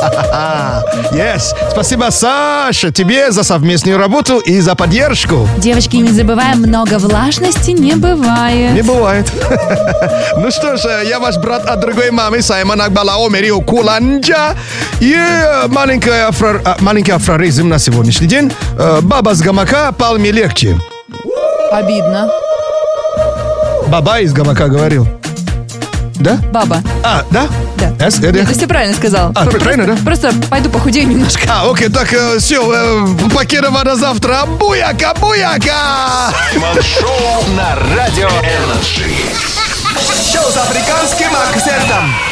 S1: А, Yes. Спасибо, Саша, тебе за совместную работу и за поддержку.
S3: Девочки, не забываем, много влажности не бывает.
S1: Не бывает. Ну что ж, э, я ваш брат от другой мамы, Саймон Акбалао, Мерио Куланджа. И э, маленькая афро- а, маленький афроризм на сегодняшний день. Э, Баба с гамака палми легче.
S3: Обидно.
S1: Баба из гамака говорил. Да?
S3: Баба.
S1: А, да?
S3: Да.
S1: Эс- э,
S3: Нет,
S1: э.
S3: ты все правильно сказал.
S1: А,
S3: Про-
S1: правильно,
S3: просто- Просто пойду похудею немножко.
S1: А, окей, так, все, пакировано до завтра. Буяка, буяка!
S5: Шоу на Радио Энерджи. Шоу с африканским акцентом.